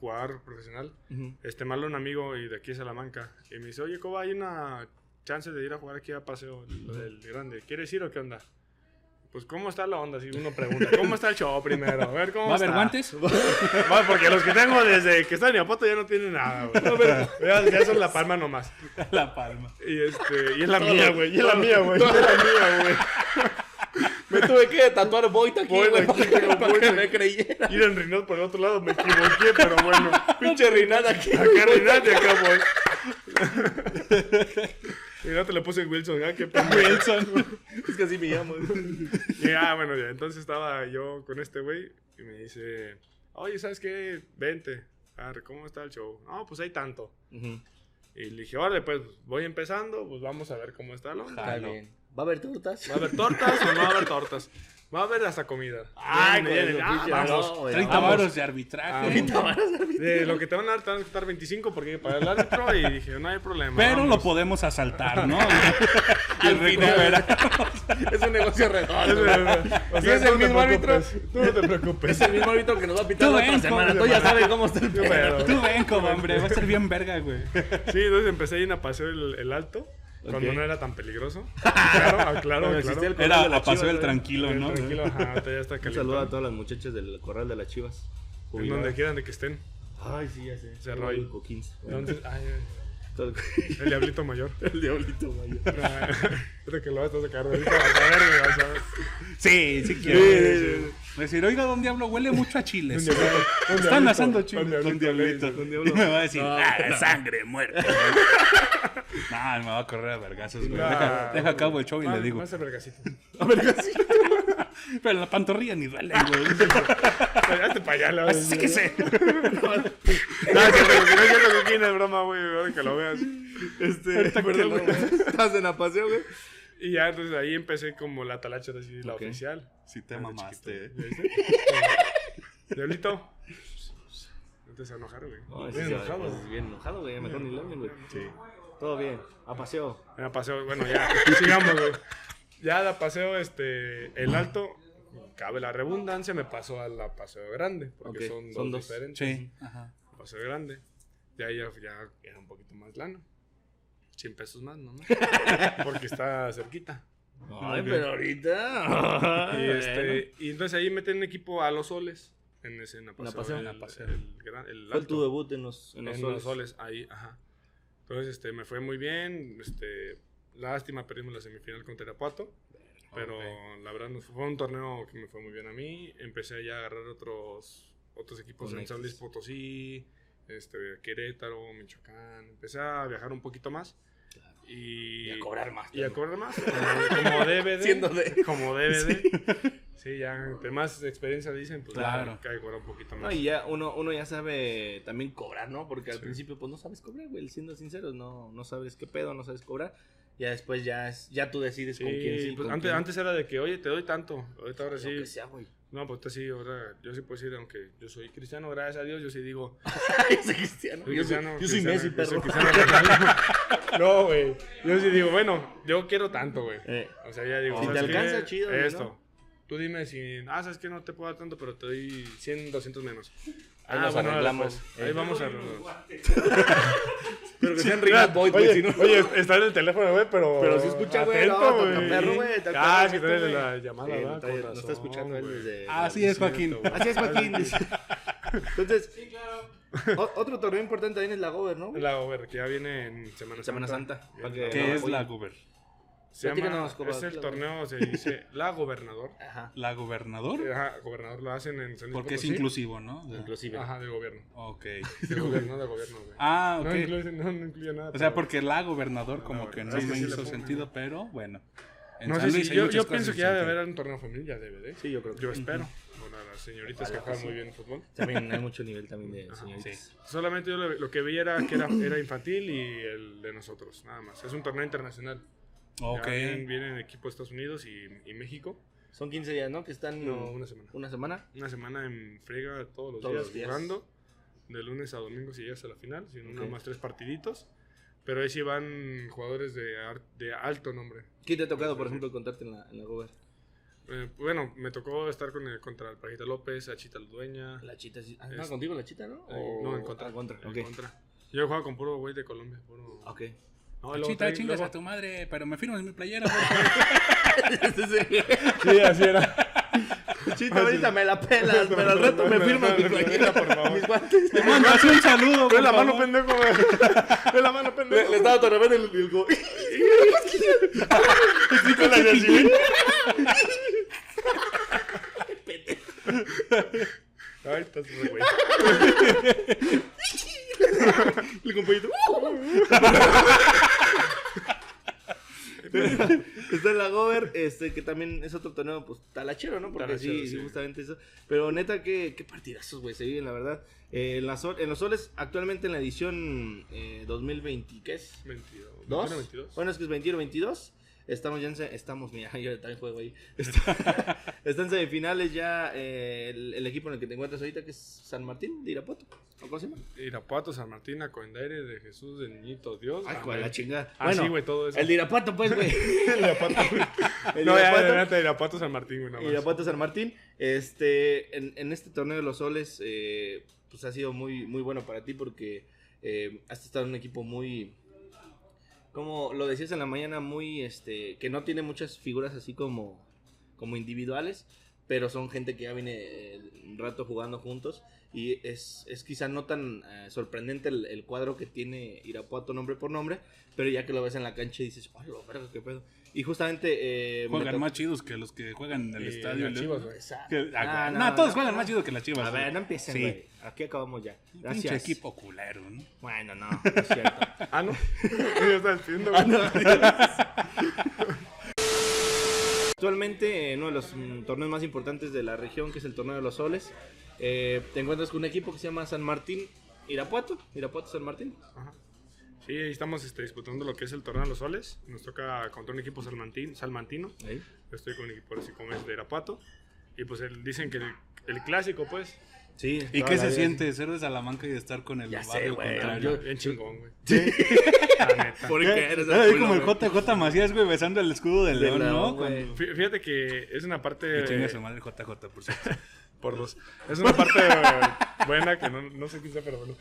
jugador profesional, Ujú. este, malo un amigo y de aquí es Salamanca. Y me dice, oye, Coba, hay una chance de ir a jugar aquí a Paseo del Grande. ¿Quieres ir o qué onda? Pues, ¿cómo está la onda? Si uno pregunta, ¿cómo está el show primero? A ver, ¿cómo ¿Va a haber está? guantes? Va, porque los que tengo desde que están en Iapoto ya no tienen nada, güey. ya, ya son la palma nomás. La palma. Y, este, y es la Todo, mía, güey. Y es la todo. mía, güey. y es la mía, güey. Me Me tuve que tatuar Boita aquí, Boyd güey, aquí, para, güey, para que Boyd. me creyera. Ir en Rinat por el otro lado, me equivoqué, pero bueno. Pinche Rinat aquí. Acá Rinat y acá voy. Rinat le puse Wilson, ah, qué pendejo. Wilson. Es que así me llamo. Y ah, bueno, ya. Entonces estaba yo con este güey y me dice, oye, ¿sabes qué? Vente. Arre, ¿Cómo está el show? No, pues hay tanto. Ujú. Y le dije, órale, pues voy empezando, pues vamos a ver cómo está la onda. Está Ah, bien. ¿Va a haber tortas? ¿Va a haber tortas o no va a haber tortas? Va a haber hasta comida. Ay, Bien, güey, bien, lo ah, pinche- vamos. Ah, no, güey, 30 vamos. varos de arbitraje. De lo que te van a dar, te van a quitar 25 porque hay que pagar el árbitro y dije, no hay problema. Pero vamos. lo podemos asaltar, ¿no? Al final. Es un negocio redondo. Es güey. verdad. O Y sea, es no el te mismo árbitro. preocupes, Tú no te preocupes. Es el mismo árbitro que nos va a pitar Tú la ven, otra semana. cómo Tú se ya llama. sabes cómo está el Qué pedo. pedo. Tú ven, como hombre, va a ser bien verga, güey. Sí, entonces empecé a ir a paseo el, el alto cuando Ok. no era tan peligroso. Claro, aclaro, claro. existía el Era de la a paseo Chivas, del ¿eh? tranquilo, ¿no? Tranquilo, ajá, ahorita ya está Un saludo a calentando. todas las muchachas del corral de las chivas. En donde quieran de que estén. Ay, sí, ya sé. Ese Ah. rollo. Coquins. Entonces, ay, ay, Todo- el diablito mayor. El diablito mayor. Ahorita que lo vas a sacar de ahorita, vas a ver, güey, vas a ver. Sí, sí quiero. Decir, oiga, don Diablo, huele mucho a Un chiles. diablito, un Están diablito, asando un chiles. diablito, Don Diablito. Don Y Diablo. me va a decir, ah, sangre, muerta. no, me va a correr a vergazos, güey. Nah. Deja, deja acabo el show y Ah, le digo. más de vergacito. Pero la pantorrilla ni duele, güey. Hazte para allá, la verdad. Así que sé. No, es cierto, no es cierto, Coquín, es broma, güey, ahora que lo veas. Este, perdón, güey. Estás en la paseo, güey. Y ya, entonces ahí empecé como la talacha, así, la Ok. oficial. Si te mamaste. eh. Diablito. No te vas a enojar, güey. No, Bien sí, enojado. pues, bien enojado, güey. Mejor ni le hablen, güey. Sí. Todo bien. A paseo. Era paseo, bueno, ya, sigamos, güey. Ya da paseo, este, el alto, cabe la redundancia, me pasó a la paseo grande, porque Ok, son, son dos, dos. diferentes. Sí. Ajá. Paseo grande. Ya, ya, ya era un poquito más lana. 100 pesos más, ¿no? porque está cerquita. Ay, pero ahorita. Y, este, y entonces ahí meten equipo a los soles. En ese, en la paseo. Paseo. el- En la Paseo. el gran- el Fue alto. tu debut en los, en en los los soles. soles, ahí, ajá. Entonces, este, me fue muy bien, este, lástima, perdimos la semifinal con Terapato, pero la verdad nos fue un torneo que me fue muy bien a mí, empecé ya a agarrar otros, otros equipos en Conectes. San Luis Potosí, este, Querétaro, Michoacán, empecé a viajar un poquito más. Y, Y a cobrar más Y a también. cobrar más. Como, como debe de. Siendo de- Como debe de. Sí, ya, entre más experiencia dicen, pues Claro. claro. ya, hay que cobrar un poquito más. No, y ya uno, uno ya sabe también cobrar, ¿no? Porque al principio, pues no sabes cobrar, güey. Siendo sinceros, no, no sabes qué pedo, no sabes cobrar. Ya después ya, es- ya tú decides Sí, con quién sí. pues con antes, quién antes era de que, oye, te doy tanto. Ahorita ahora no. Lo Pues sí. que sea, güey. No, pues ahorita sí, ahora yo sí puedo decir, aunque yo soy cristiano, gracias a Dios, yo sí digo. Yo soy cristiano. soy Yo soy, cristiano, yo soy cristiano, Messi, yo soy perro. cristiano. no, güey. Yo sí digo, bueno, yo quiero tanto, güey. Eh, O sea, ya digo. Si te ¿sabes qué? alcanza, chido, güey, Esto. ¿no? Tú dime si, ah, sabes que no te puedo dar tanto, pero te doy 100, 200 menos. Ahí Ah, nos bueno, ahora arreglamos. pues, Eh. Ahí vamos a arreglarnos. Pero que sean Rinat Boyd, güey. Si no, oye, está en el teléfono, güey, pero. Pero sí escucha, güey, atento, no, con tu perro, güey, te Ah, acuerdas, es que trae güey. Ah, la llamada, eh, ¿verdad? no, está, Con no está razón, escuchando él güey. desde. Así es, Joaquín. Así es, Joaquín. Entonces, o- otro torneo importante también es la Gober, ¿no? güey? La Over, que ya viene en Semana Santa. Semana Santa. para que- ¿Qué no, es oye, la Gober? Se llama, Platícanos, Coba, es el la torneo, se dice La Gobernador. Ajá. ¿La gobernador? Ajá, gobernador lo hacen en San Luis Porque es Potosí. inclusivo, ¿no? O sea, Inclusive. Ajá, de gobierno. Ok. De gobierno, de gobierno, güey. Ah, no, ok. incluye, no, no incluye nada. O sea, pero- porque la gobernador como que no Sí, sí, me sí, le hizo pongo, sentido, ¿no? pero bueno. En No San sé si Luis hay yo, muchas yo cosas pienso sin que ya debe sentido. haber un torneo femenil, ya debe de. Sí, yo creo que Yo sí. espero. Bueno, las señoritas que juegan muy bien fútbol. También hay mucho nivel también de señoritas. sí. Solamente yo lo, lo que veía era que era, era infantil y el de nosotros, nada más. Es un torneo internacional. Ya Ok. Vienen, vienen equipos de Estados Unidos y, y México. Son 15 días, ¿no? Que están No, una semana. una semana. una semana en frega todos los Todos días los días. jugando. De lunes a domingo si llegas a la final, sino nada Ok. más tres partiditos. Pero ahí sí van jugadores de, ar- de alto nombre. ¿Quién te ha tocado, por ejemplo, contarte en la, en la Gober? Eh, bueno, me tocó estar con el, contra el Pajita López, Achita Ludueña. La chita, sí. Ah, Es- Eh, no, contigo la chita, ¿no? O- no, en contra. Ah, contra. en Ok. contra. Yo he jugado con puro güey de Colombia. Puro... Ok. Ah, No, y luego Chita, traen- chingas luego- a tu madre, pero me firmas mi playera. por favor. Sí, así era. Pues Chita, ahorita me la pelas, pero al rato me firmas mi playera, por favor. mis guantes. Te mando así un saludo. Ve por la mano, favor. pendejo, güey. Ve la mano, pendejo. Le, le estaba atorando el, el go- Con la de así, güey. Ay, estás muy güey. El compañero. Está en la Gover, este, que también es otro torneo, pues, talachero, ¿no? Porque Talachero, sí, sí. sí, justamente eso. Pero neta, qué, qué partidazos, güey, se viven, la verdad. Eh, en, las sol- en los soles, actualmente en la edición eh, 2020, ¿qué es? 22. ¿Dos? 22. Bueno, es que es 21 22. Estamos ya en... se- Estamos, mira, yo también juego ahí. Está, está en semifinales ya eh, el, el equipo en el que te encuentras ahorita, que es San Martín de Irapuato. ¿O cómo se llama? Irapuato, San Martín, Coendaire, de Jesús, de Niñito Dios. Ay, Amén. cuál la chingada. Ah, Bueno, sí, güey, todo eso. el de Irapuato, pues, güey. el Irapuato. El no, ya, Irapuato. adelante, Irapuato, San Martín, güey, nada más. Irapuato San Martín. Este, en, en este torneo de los soles, eh, pues ha sido muy, muy bueno para ti porque eh, has estado en un equipo muy, como lo decías en la mañana, muy, este, que no tiene muchas figuras así como, como individuales, pero son gente que ya viene eh, un rato jugando juntos y es, es quizá no tan eh, sorprendente el, el cuadro que tiene Irapuato nombre por nombre, pero ya que lo ves en la cancha dices, ¡ay, lo verga, qué pedo! Y justamente... eh, me Juegan tocó- más chidos que los que juegan en el Y estadio. las ¿no? Chivas, güey. Que- Ah, ah, no, todos juegan más chido que las chivas. A ver, güey. no empiecen, Sí. güey. Aquí acabamos ya. Pinche Gracias. equipo culero, ¿no? Bueno, no, no Ah, es cierto. Ah, no. ya está despidiendo, güey. Actualmente, eh, uno de los mm, torneos más importantes de la región, que es el Torneo de los Soles, eh, te encuentras con un equipo que se llama San Martín Irapuato. Irapuato San Martín. Ajá. Sí, ahí estamos este, disputando lo que es el torneo de los soles. Nos toca contra un equipo salmantín- salmantino. Yo estoy con un equipo de Cicomes de Irapuato. Y pues el- dicen que el, el clásico, pues. Sí. ¿Y toda qué la se vida. siente de ser de Salamanca y de estar con el Ya sé, barrio güey. contrario? Yo- Bien chingón, güey. La neta. ¿Por qué eres Era ahí culo, Ah, como el güey? JJ Macías, güey, besando el escudo del De león, León, ¿no? güey. Cuando- Fí- Fíjate que es una parte. Que chingue a su madre el JJ, por cierto. Por dos. Es una parte eh, buena que no, no sé quién sea, pero bueno.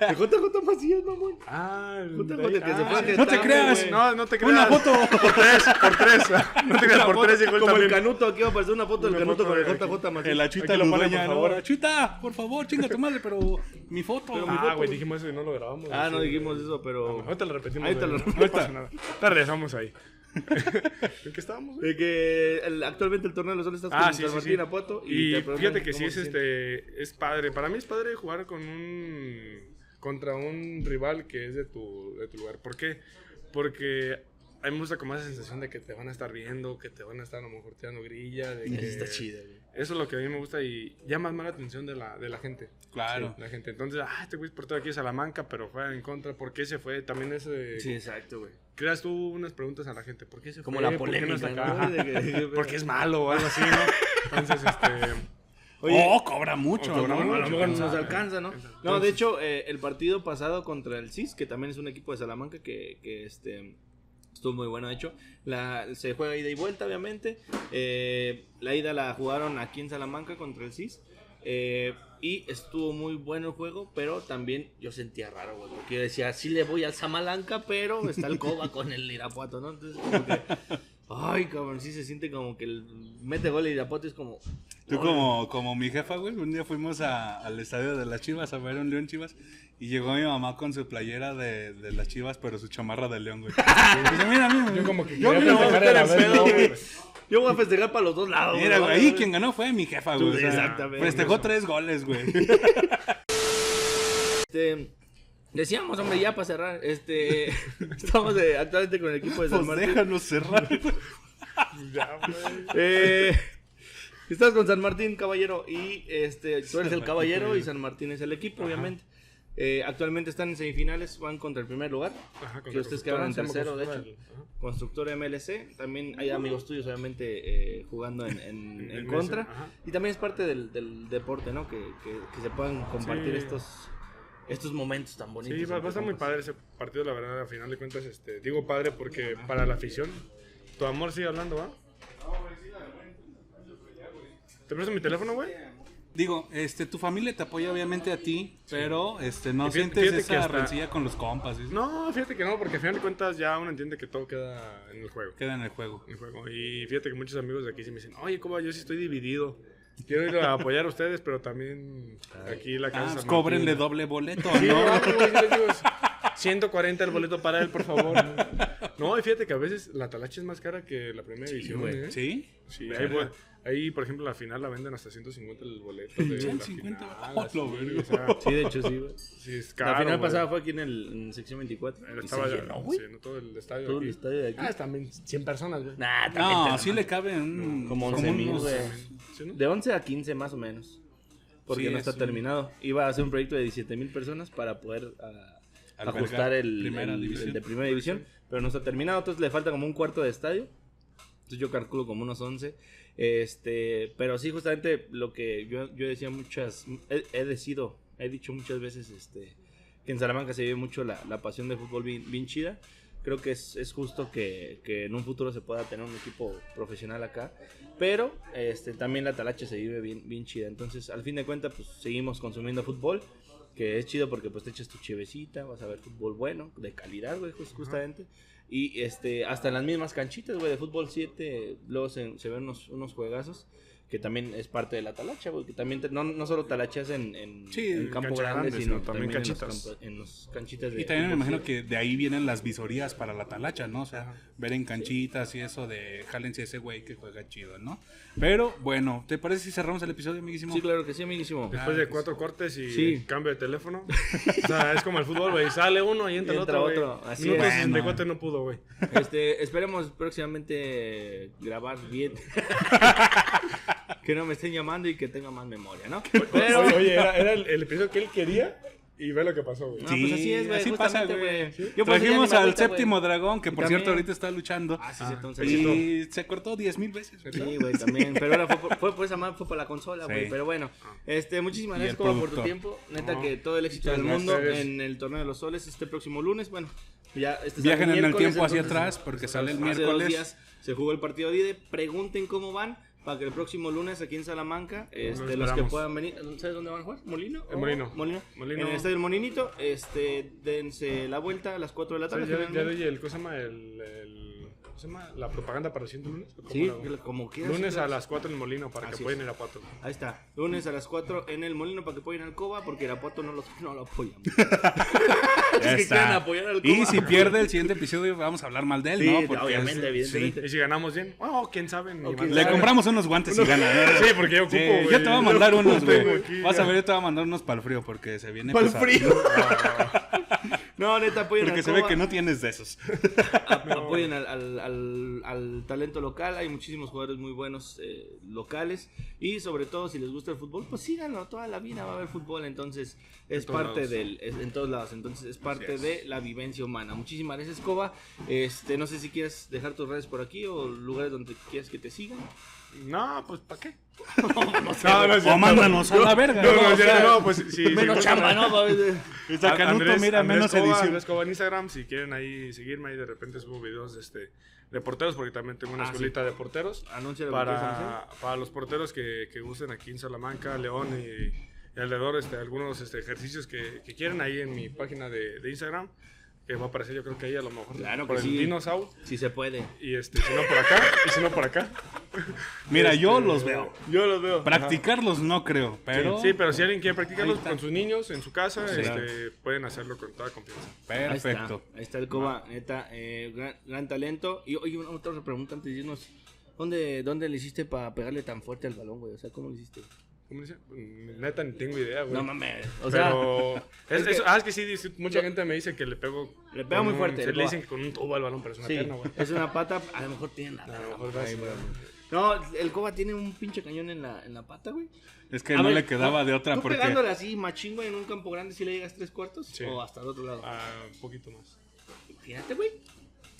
El JJ Macías, no, güey. Ah, el- Puta, joder, que se ah, fue a sí. Getafe, ¡No te creas! güey. No, no te creas. ¡Una foto! Ah, Por tres, por tres. No te creas, Una por foto, tres llegó el Como el también. canuto, aquí va a aparecer una foto del Una canuto foto con el de aquí. JJ El achita Macías. Pues Aquí lo lo ponen, ya, por ¿no? favor. Achita, por favor, chinga tu madre, pero mi foto. Ah, güey, dijimos eso y no lo grabamos. Ah, no Sí, dijimos güey. eso, pero... Ahorita lo repetimos. Ahorita güey, lo- No, no pasa nada. Ahorita regresamos ahí. ¿En qué estábamos, güey? De que el- actualmente el torneo de los soles estás Ah, con sí, Pues San sí, Martín sí. Irapuato. Y te preguntan fíjate que sí cómo es se siente. este es padre. Para mí es padre jugar con un contra un rival que es de tu, de tu lugar. ¿Por qué? Porque a mí me gusta como esa sensación de que te van a estar viendo, que te van a estar a lo mejor tirando grilla, de que- Está chido, güey. Eso es lo que a mí me gusta y llama más la atención de la, de la gente. Claro. La gente. Entonces, ah, este güey es portero aquí de Salamanca, pero juega en contra. ¿Por qué se fue? También es de- Sí, exacto, güey. creas tú unas preguntas a la gente. ¿Por qué se Como fue? la ¿Por qué no polémica, está ¿no? acá? De que- Ajá. Porque es malo o algo así, ¿no? Entonces, este... ¡Oh, cobra mucho! O cobra ¿no? mucho. a lo mejor no nos Alcanza, alcanza, ¿no? alcanza. No, de hecho, eh, el partido pasado contra el CIS, que también es un equipo de Salamanca que, que, este, estuvo muy bueno, de hecho. La, se juega ida y vuelta, obviamente. Eh, la ida la jugaron aquí en Salamanca contra el CIS. eh, y estuvo muy bueno el juego, pero también yo sentía raro, güey. Porque yo decía, sí le voy al Salamanca, pero está el Coba con el Irapuato, ¿no? Entonces, como que, ay, cabrón, sí se siente como que el, mete gol el Irapuato y es como, Tú como, como mi jefa, güey, un día fuimos a- al estadio de las Chivas a ver un León Chivas y llegó mi mamá con su playera de, de las Chivas, pero su chamarra de León, güey. Dice, mira, mira, Yo como que yo quería mira, festejar güey, a espera, la vez, espera, ¿no, güey. güey? Yo voy a festejar para los dos lados. Mira, güey, güey. ahí quien ganó fue mi jefa, güey. o sea, exactamente. Festejó Eso. tres goles, güey. Este, decíamos, hombre, ya para cerrar. Este, estamos eh, actualmente con el equipo de San Pues Martín. déjanos cerrar. Ya, güey. Eh, estás con San Martín, caballero. Y este, tú eres el caballero y San Martín es el equipo, obviamente. Eh, actualmente están en semifinales, van contra el primer lugar. Ajá, con Que la ustedes quedaron en constructora, se llama tercero, de hecho. constructora, ajá. Constructor MLC. También hay amigos tuyos, obviamente, eh, jugando en, en- en En contra. ese, ajá. Y también es parte del, del deporte, ¿no? Que, que- que se puedan compartir Sí. estos, estos momentos tan bonitos. Sí, va, va a estar muy entre padre ese partido, la verdad, al final de cuentas, este, digo padre porque para la afición, tu amor sigue hablando, ¿va? ¿Te presto mi teléfono, güey? Digo, este, tu familia te apoya obviamente a ti, pero este, no Y fíjate- sientes fíjate que esa hasta- rencilla con los compas. ¿sí? No, fíjate que no, porque al final de cuentas ya uno entiende que todo queda en el juego. Queda en el juego. en el juego. Y fíjate que muchos amigos de aquí se me dicen, oye, Coba, yo sí estoy dividido. Quiero ir a apoyar a ustedes, pero también aquí la Ah, casa. pues San cóbrenle Martín". doble boleto, Sí, ¿no? no, güey, yo les digo, 140 el boleto para él, por favor. No, y fíjate que a veces la talacha es más cara que la primera edición. güey. ¿eh? ¿Sí? Sí, ahí, bu- ahí, por ejemplo, la final la venden hasta 150 el boleto. De Ya en la 50, final, oh, así, lo verga. o sea, Sí, de hecho, sí, güey. sí, es caro. La final güey. pasada fue aquí en, el, en sección 24. Pero Y Estaba se ya- llenó, güey. sí, no, todo el estadio. Todo aquí. el estadio de aquí. Ah, también 100 personas, güey. Nah, también No, tan sí mal. le cabe un... Como 11,000, unos- güey. ¿Sí, no? De 11 a 15 más o menos. Porque Sí, no está es un- terminado. Iba a hacer un proyecto de 17 mil personas para poder ah, Albergar ajustar el, primera el- división. el de primera división. Pero no está terminado, entonces le falta como un cuarto de estadio. Entonces yo calculo como unos 11. Este, pero sí, justamente lo que yo, yo decía muchas, he, he decido, he dicho muchas veces este, que en Salamanca se vive mucho la, la pasión de fútbol bien, bien chida. Creo que es, es justo que, que en un futuro se pueda tener un equipo profesional acá. Pero este, también la talacha se vive bien, bien chida. Entonces, al fin de cuentas, pues seguimos consumiendo fútbol. Que es chido porque pues te echas tu chevecita, vas a ver fútbol bueno, de calidad, güey, just- justamente. Y este, hasta en las mismas canchitas, güey, de fútbol 7, luego se, se ven unos, unos juegazos que también es parte de la talacha, güey, que también te- no, no solo talachas en, en, Sí, en en campo cancha grande, grande, sino sino también también, en los canchitas. campo- en los canchitas de Y también me fútbol imagino siete. que de ahí vienen las visorías para la talacha, ¿no? O sea, ver en canchitas y eso de jálense a ese güey que juega chido, ¿no? Pero bueno, ¿te parece si cerramos el episodio, amiguísimo? Sí, claro que sí, amiguísimo. Después de cuatro cortes y Ah, pues. Sí. cambio de teléfono. o sea, es como el fútbol, güey. Sale uno y entra, Y entra el otro. otro, güey. así Minuto es. 64 no pudo, güey. Este, esperemos próximamente grabar bien. que no me estén llamando y que tenga más memoria, ¿no? Pero, Oye, oye, era, era el, el episodio que él quería y ve lo que pasó, güey. No, pues así es, güey, así pasa, justamente, güey. güey. Yo por eso Trajimos ya ni me al agüita, güey. séptimo dragón, que por también- cierto ahorita está luchando. Ah, sí, sí, entonces. y se cortó 10 mil veces, ¿verdad? Sí, güey, también. Pero ahora fue por, fue por esa madre, fue por la consola, güey. Sí. Ah. Pero bueno, este, muchísimas Y el gracias, Coba, por tu productor. tiempo. Neta No, que todo el éxito muchas del mundo gracias. en el Torneo de los Soles este próximo lunes. Bueno, ya este sale Viajen en el miércoles, tiempo hacia entonces, pues, atrás porque sale el Hace dos miércoles. días se jugó el partido de ida. Pregunten cómo van para que el próximo lunes aquí en Salamanca, este, los que esperamos. puedan venir, ¿sabes dónde van a jugar? ¿Molino? En ¿O- Molino. Molino. Molino. En el Estadio del Molinito, este, dense la vuelta a las 4 de la O sea, tarde. ya, ya generalmente. doy el, ¿cómo se llama? El, el- ¿Cómo se llama? La propaganda para el siguiente lunes. ¿o cómo Sí, la hago? como quieras. Lunes sí, a las 4 en Molino para Así que es. puedan ir a Pato. Ahí está, lunes a las 4 en el Molino para que apoyen al Coba, porque Irapuato no lo, no lo apoya. Ya que está. quieran apoyar al y Cuba. si pierde el siguiente episodio, vamos a hablar mal de él, Sí, ¿no? Porque obviamente, es- evidentemente. Y si ganamos bien, oh, quién sabe. ni O más. quién Le sabe. compramos unos guantes y gana. ¿eh? Sí, porque yo ocupo, Sí, güey. yo te voy a mandar Yo unos, tengo güey. aquí, Vas ya. a ver, yo te voy a mandar unos para el frío porque se viene Pa'l pesado. frío. No, neta, apoyen Porque al se Coba, ve que no tienes de esos. a- apoyen al, al- al- al talento local, hay muchísimos jugadores muy buenos eh, locales y sobre todo si les gusta el fútbol, pues síganlo, toda la vida va a haber fútbol, entonces es todos parte lados. del, es- en todos lados, entonces es parte es. de la vivencia humana. Muchísimas gracias, Coba. Este, no sé si quieres dejar tus redes por aquí o lugares donde quieras que te sigan. No, pues ¿para qué? No, es cierto. o mándanos a la verga. No, no, ¿no? no, O sea, no, pues sí. sí, Menos sí, chamba, ¿no? Pa' ver- el Sacanuto, Andrés- mira, Andrés menos Cova, edición. Andrés Cova en Instagram, si quieren ahí seguirme, ahí de repente subo videos este, de porteros, porque también tengo una Ah, escuelita de porteros. Anúncialo, ¿quieres Para, para los porteros que, que gusten aquí en Salamanca, León y, y alrededor, este, algunos este, ejercicios que, que quieren ahí en mi página de, de Instagram, que va a aparecer yo creo que ahí a lo mejor Claro que por sí. el Dinosaur, Si se puede. y este, si no por acá, y si no por acá. Este, Mira, yo Este, los veo. Yo los veo. Practicarlos no creo, pero. Sí, pero si alguien quiere practicarlos Ahí está. con sus niños en su casa, Sí. este, pueden hacerlo con toda confianza. Ahí está, Perfecto. Ahí está, el Coba, neta, eh, gran, gran talento. Y oye, una otra pregunta antes de irnos. ¿Dónde, ¿Dónde le hiciste para pegarle tan fuerte al balón, güey? O sea, ¿cómo le hiciste? ¿Cómo dice? Mm, Neta, ni tengo idea, güey. No mames. O sea, pero es, es que- eso- ah, es que sí, dice- mucha gente me dice que le pego. Le pega con muy un- fuerte, se el le boa. dicen que con un tubo al balón, pero es una sí, pierna, güey. es una pata, a lo mejor tiene la... A lo mejor va así, güey. No, el Coba tiene un pinche cañón en la, en la pata, güey. Es que A no ver, le quedaba de otra ¿Tú porque. pegándole así, machín, güey, en un campo grande si le llegas tres cuartos? Sí. ¿O hasta el otro lado? Ah, un poquito más. Fíjate, güey.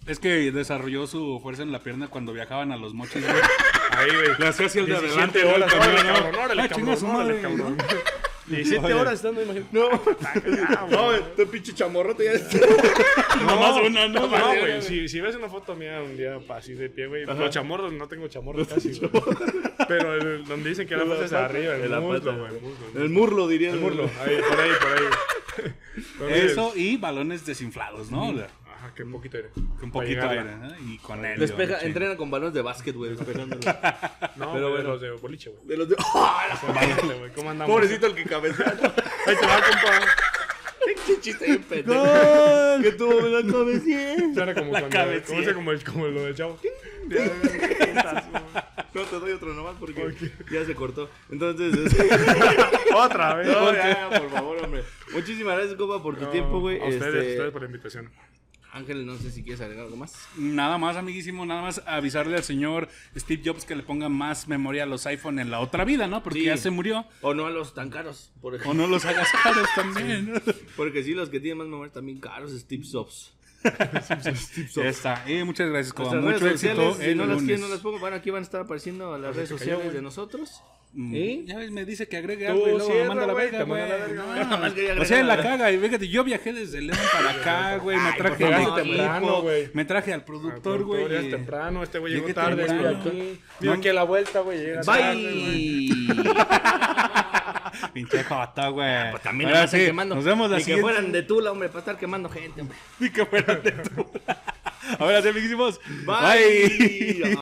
Es que desarrolló su fuerza en la pierna cuando viajaban a los mochis. güey. Ahí, güey. Le hacía así el de 17 adelante, güey, horas. también, Órale, ¿no? cabrón, órale, Ah, chinga cabrón, su madre. órale, cabrón. 17 horas estando, imagínate. No, no, güey. Este pinche chamorrote ya está. Nomás una, ¿no? No, güey, si, si ves una foto mía un día así de pie, güey, los chamorros, no tengo chamorros casi, güey. Pero el- donde dicen que la pata es arriba, el la muslo, pata. güey, el muslo. El murlo, diría. El muslo, ahí, por ahí, por ahí. Entonces, Eso y balones desinflados, ¿no? O sea, Ajá, que poquito aire. Un Para poquito llegarla. aire, ¿eh? Y con él. Despeja, entrena con balones de básquet, güey, despejándolo. No, Pero pero bueno. los de boliche, güey. De los de- ¡Ah, la- Son varios, güey. ¿Cómo andamos? Pobrecito el que cabecea. Ahí te va, compa. Pinche chiste bien pendejo. ¡Gol! Que tuvo me la cabecé. Suena como cuando. cabecilla. ¿Cómo se como, el, como lo del chavo? No, te doy otro nomás porque ya se cortó. Entonces, este, Otra vez. no, ya, por favor, hombre. Muchísimas gracias, compa, por tu No, tiempo, güey. A ustedes, Este, a ustedes por la invitación. Ángel, no sé si quieres agregar algo más. Nada más, amiguísimo, nada más avisarle al señor Steve Jobs que le ponga más memoria a los iPhone en la otra vida, ¿no? Porque Sí. ya se murió. O no a los tan caros. Por ejemplo. O no los hagas caros también. Porque sí, los que tienen más memoria también caros, Steve Jobs. Ya Steve Jobs. está. Eh, muchas gracias, Coba. Nuestras redes Mucho éxito. sociales, si El no las lunes. quieren, no las pongo. Bueno, aquí van a estar apareciendo las redes se cayó, sociales güey. de nosotros. Mm. ¿Eh? Ya ves, me dice que agregue Tú algo y luego me cierra, manda la güey, verga, te manda la güey. verga. No, Nada más quería O sea, agregar la la caga. Y fíjate, yo viajé desde León para acá, güey. Me Ay, traje por al favor, equipo, temprano, güey. Me traje al productor, güey. Llegas y- temprano, este güey llegó Llegué tarde. temprano. Mira aquí, mira aquí a la vuelta, güey. llega tarde, güey. Pinche jota, güey. Pues también Ahora la están sí, quemando. Nos vemos la Ni que siguiente. fueran de Tula, hombre, para estar quemando gente, hombre. Ni que fueran de tú. Ahora sí, amiguísimos. Bye. Bye.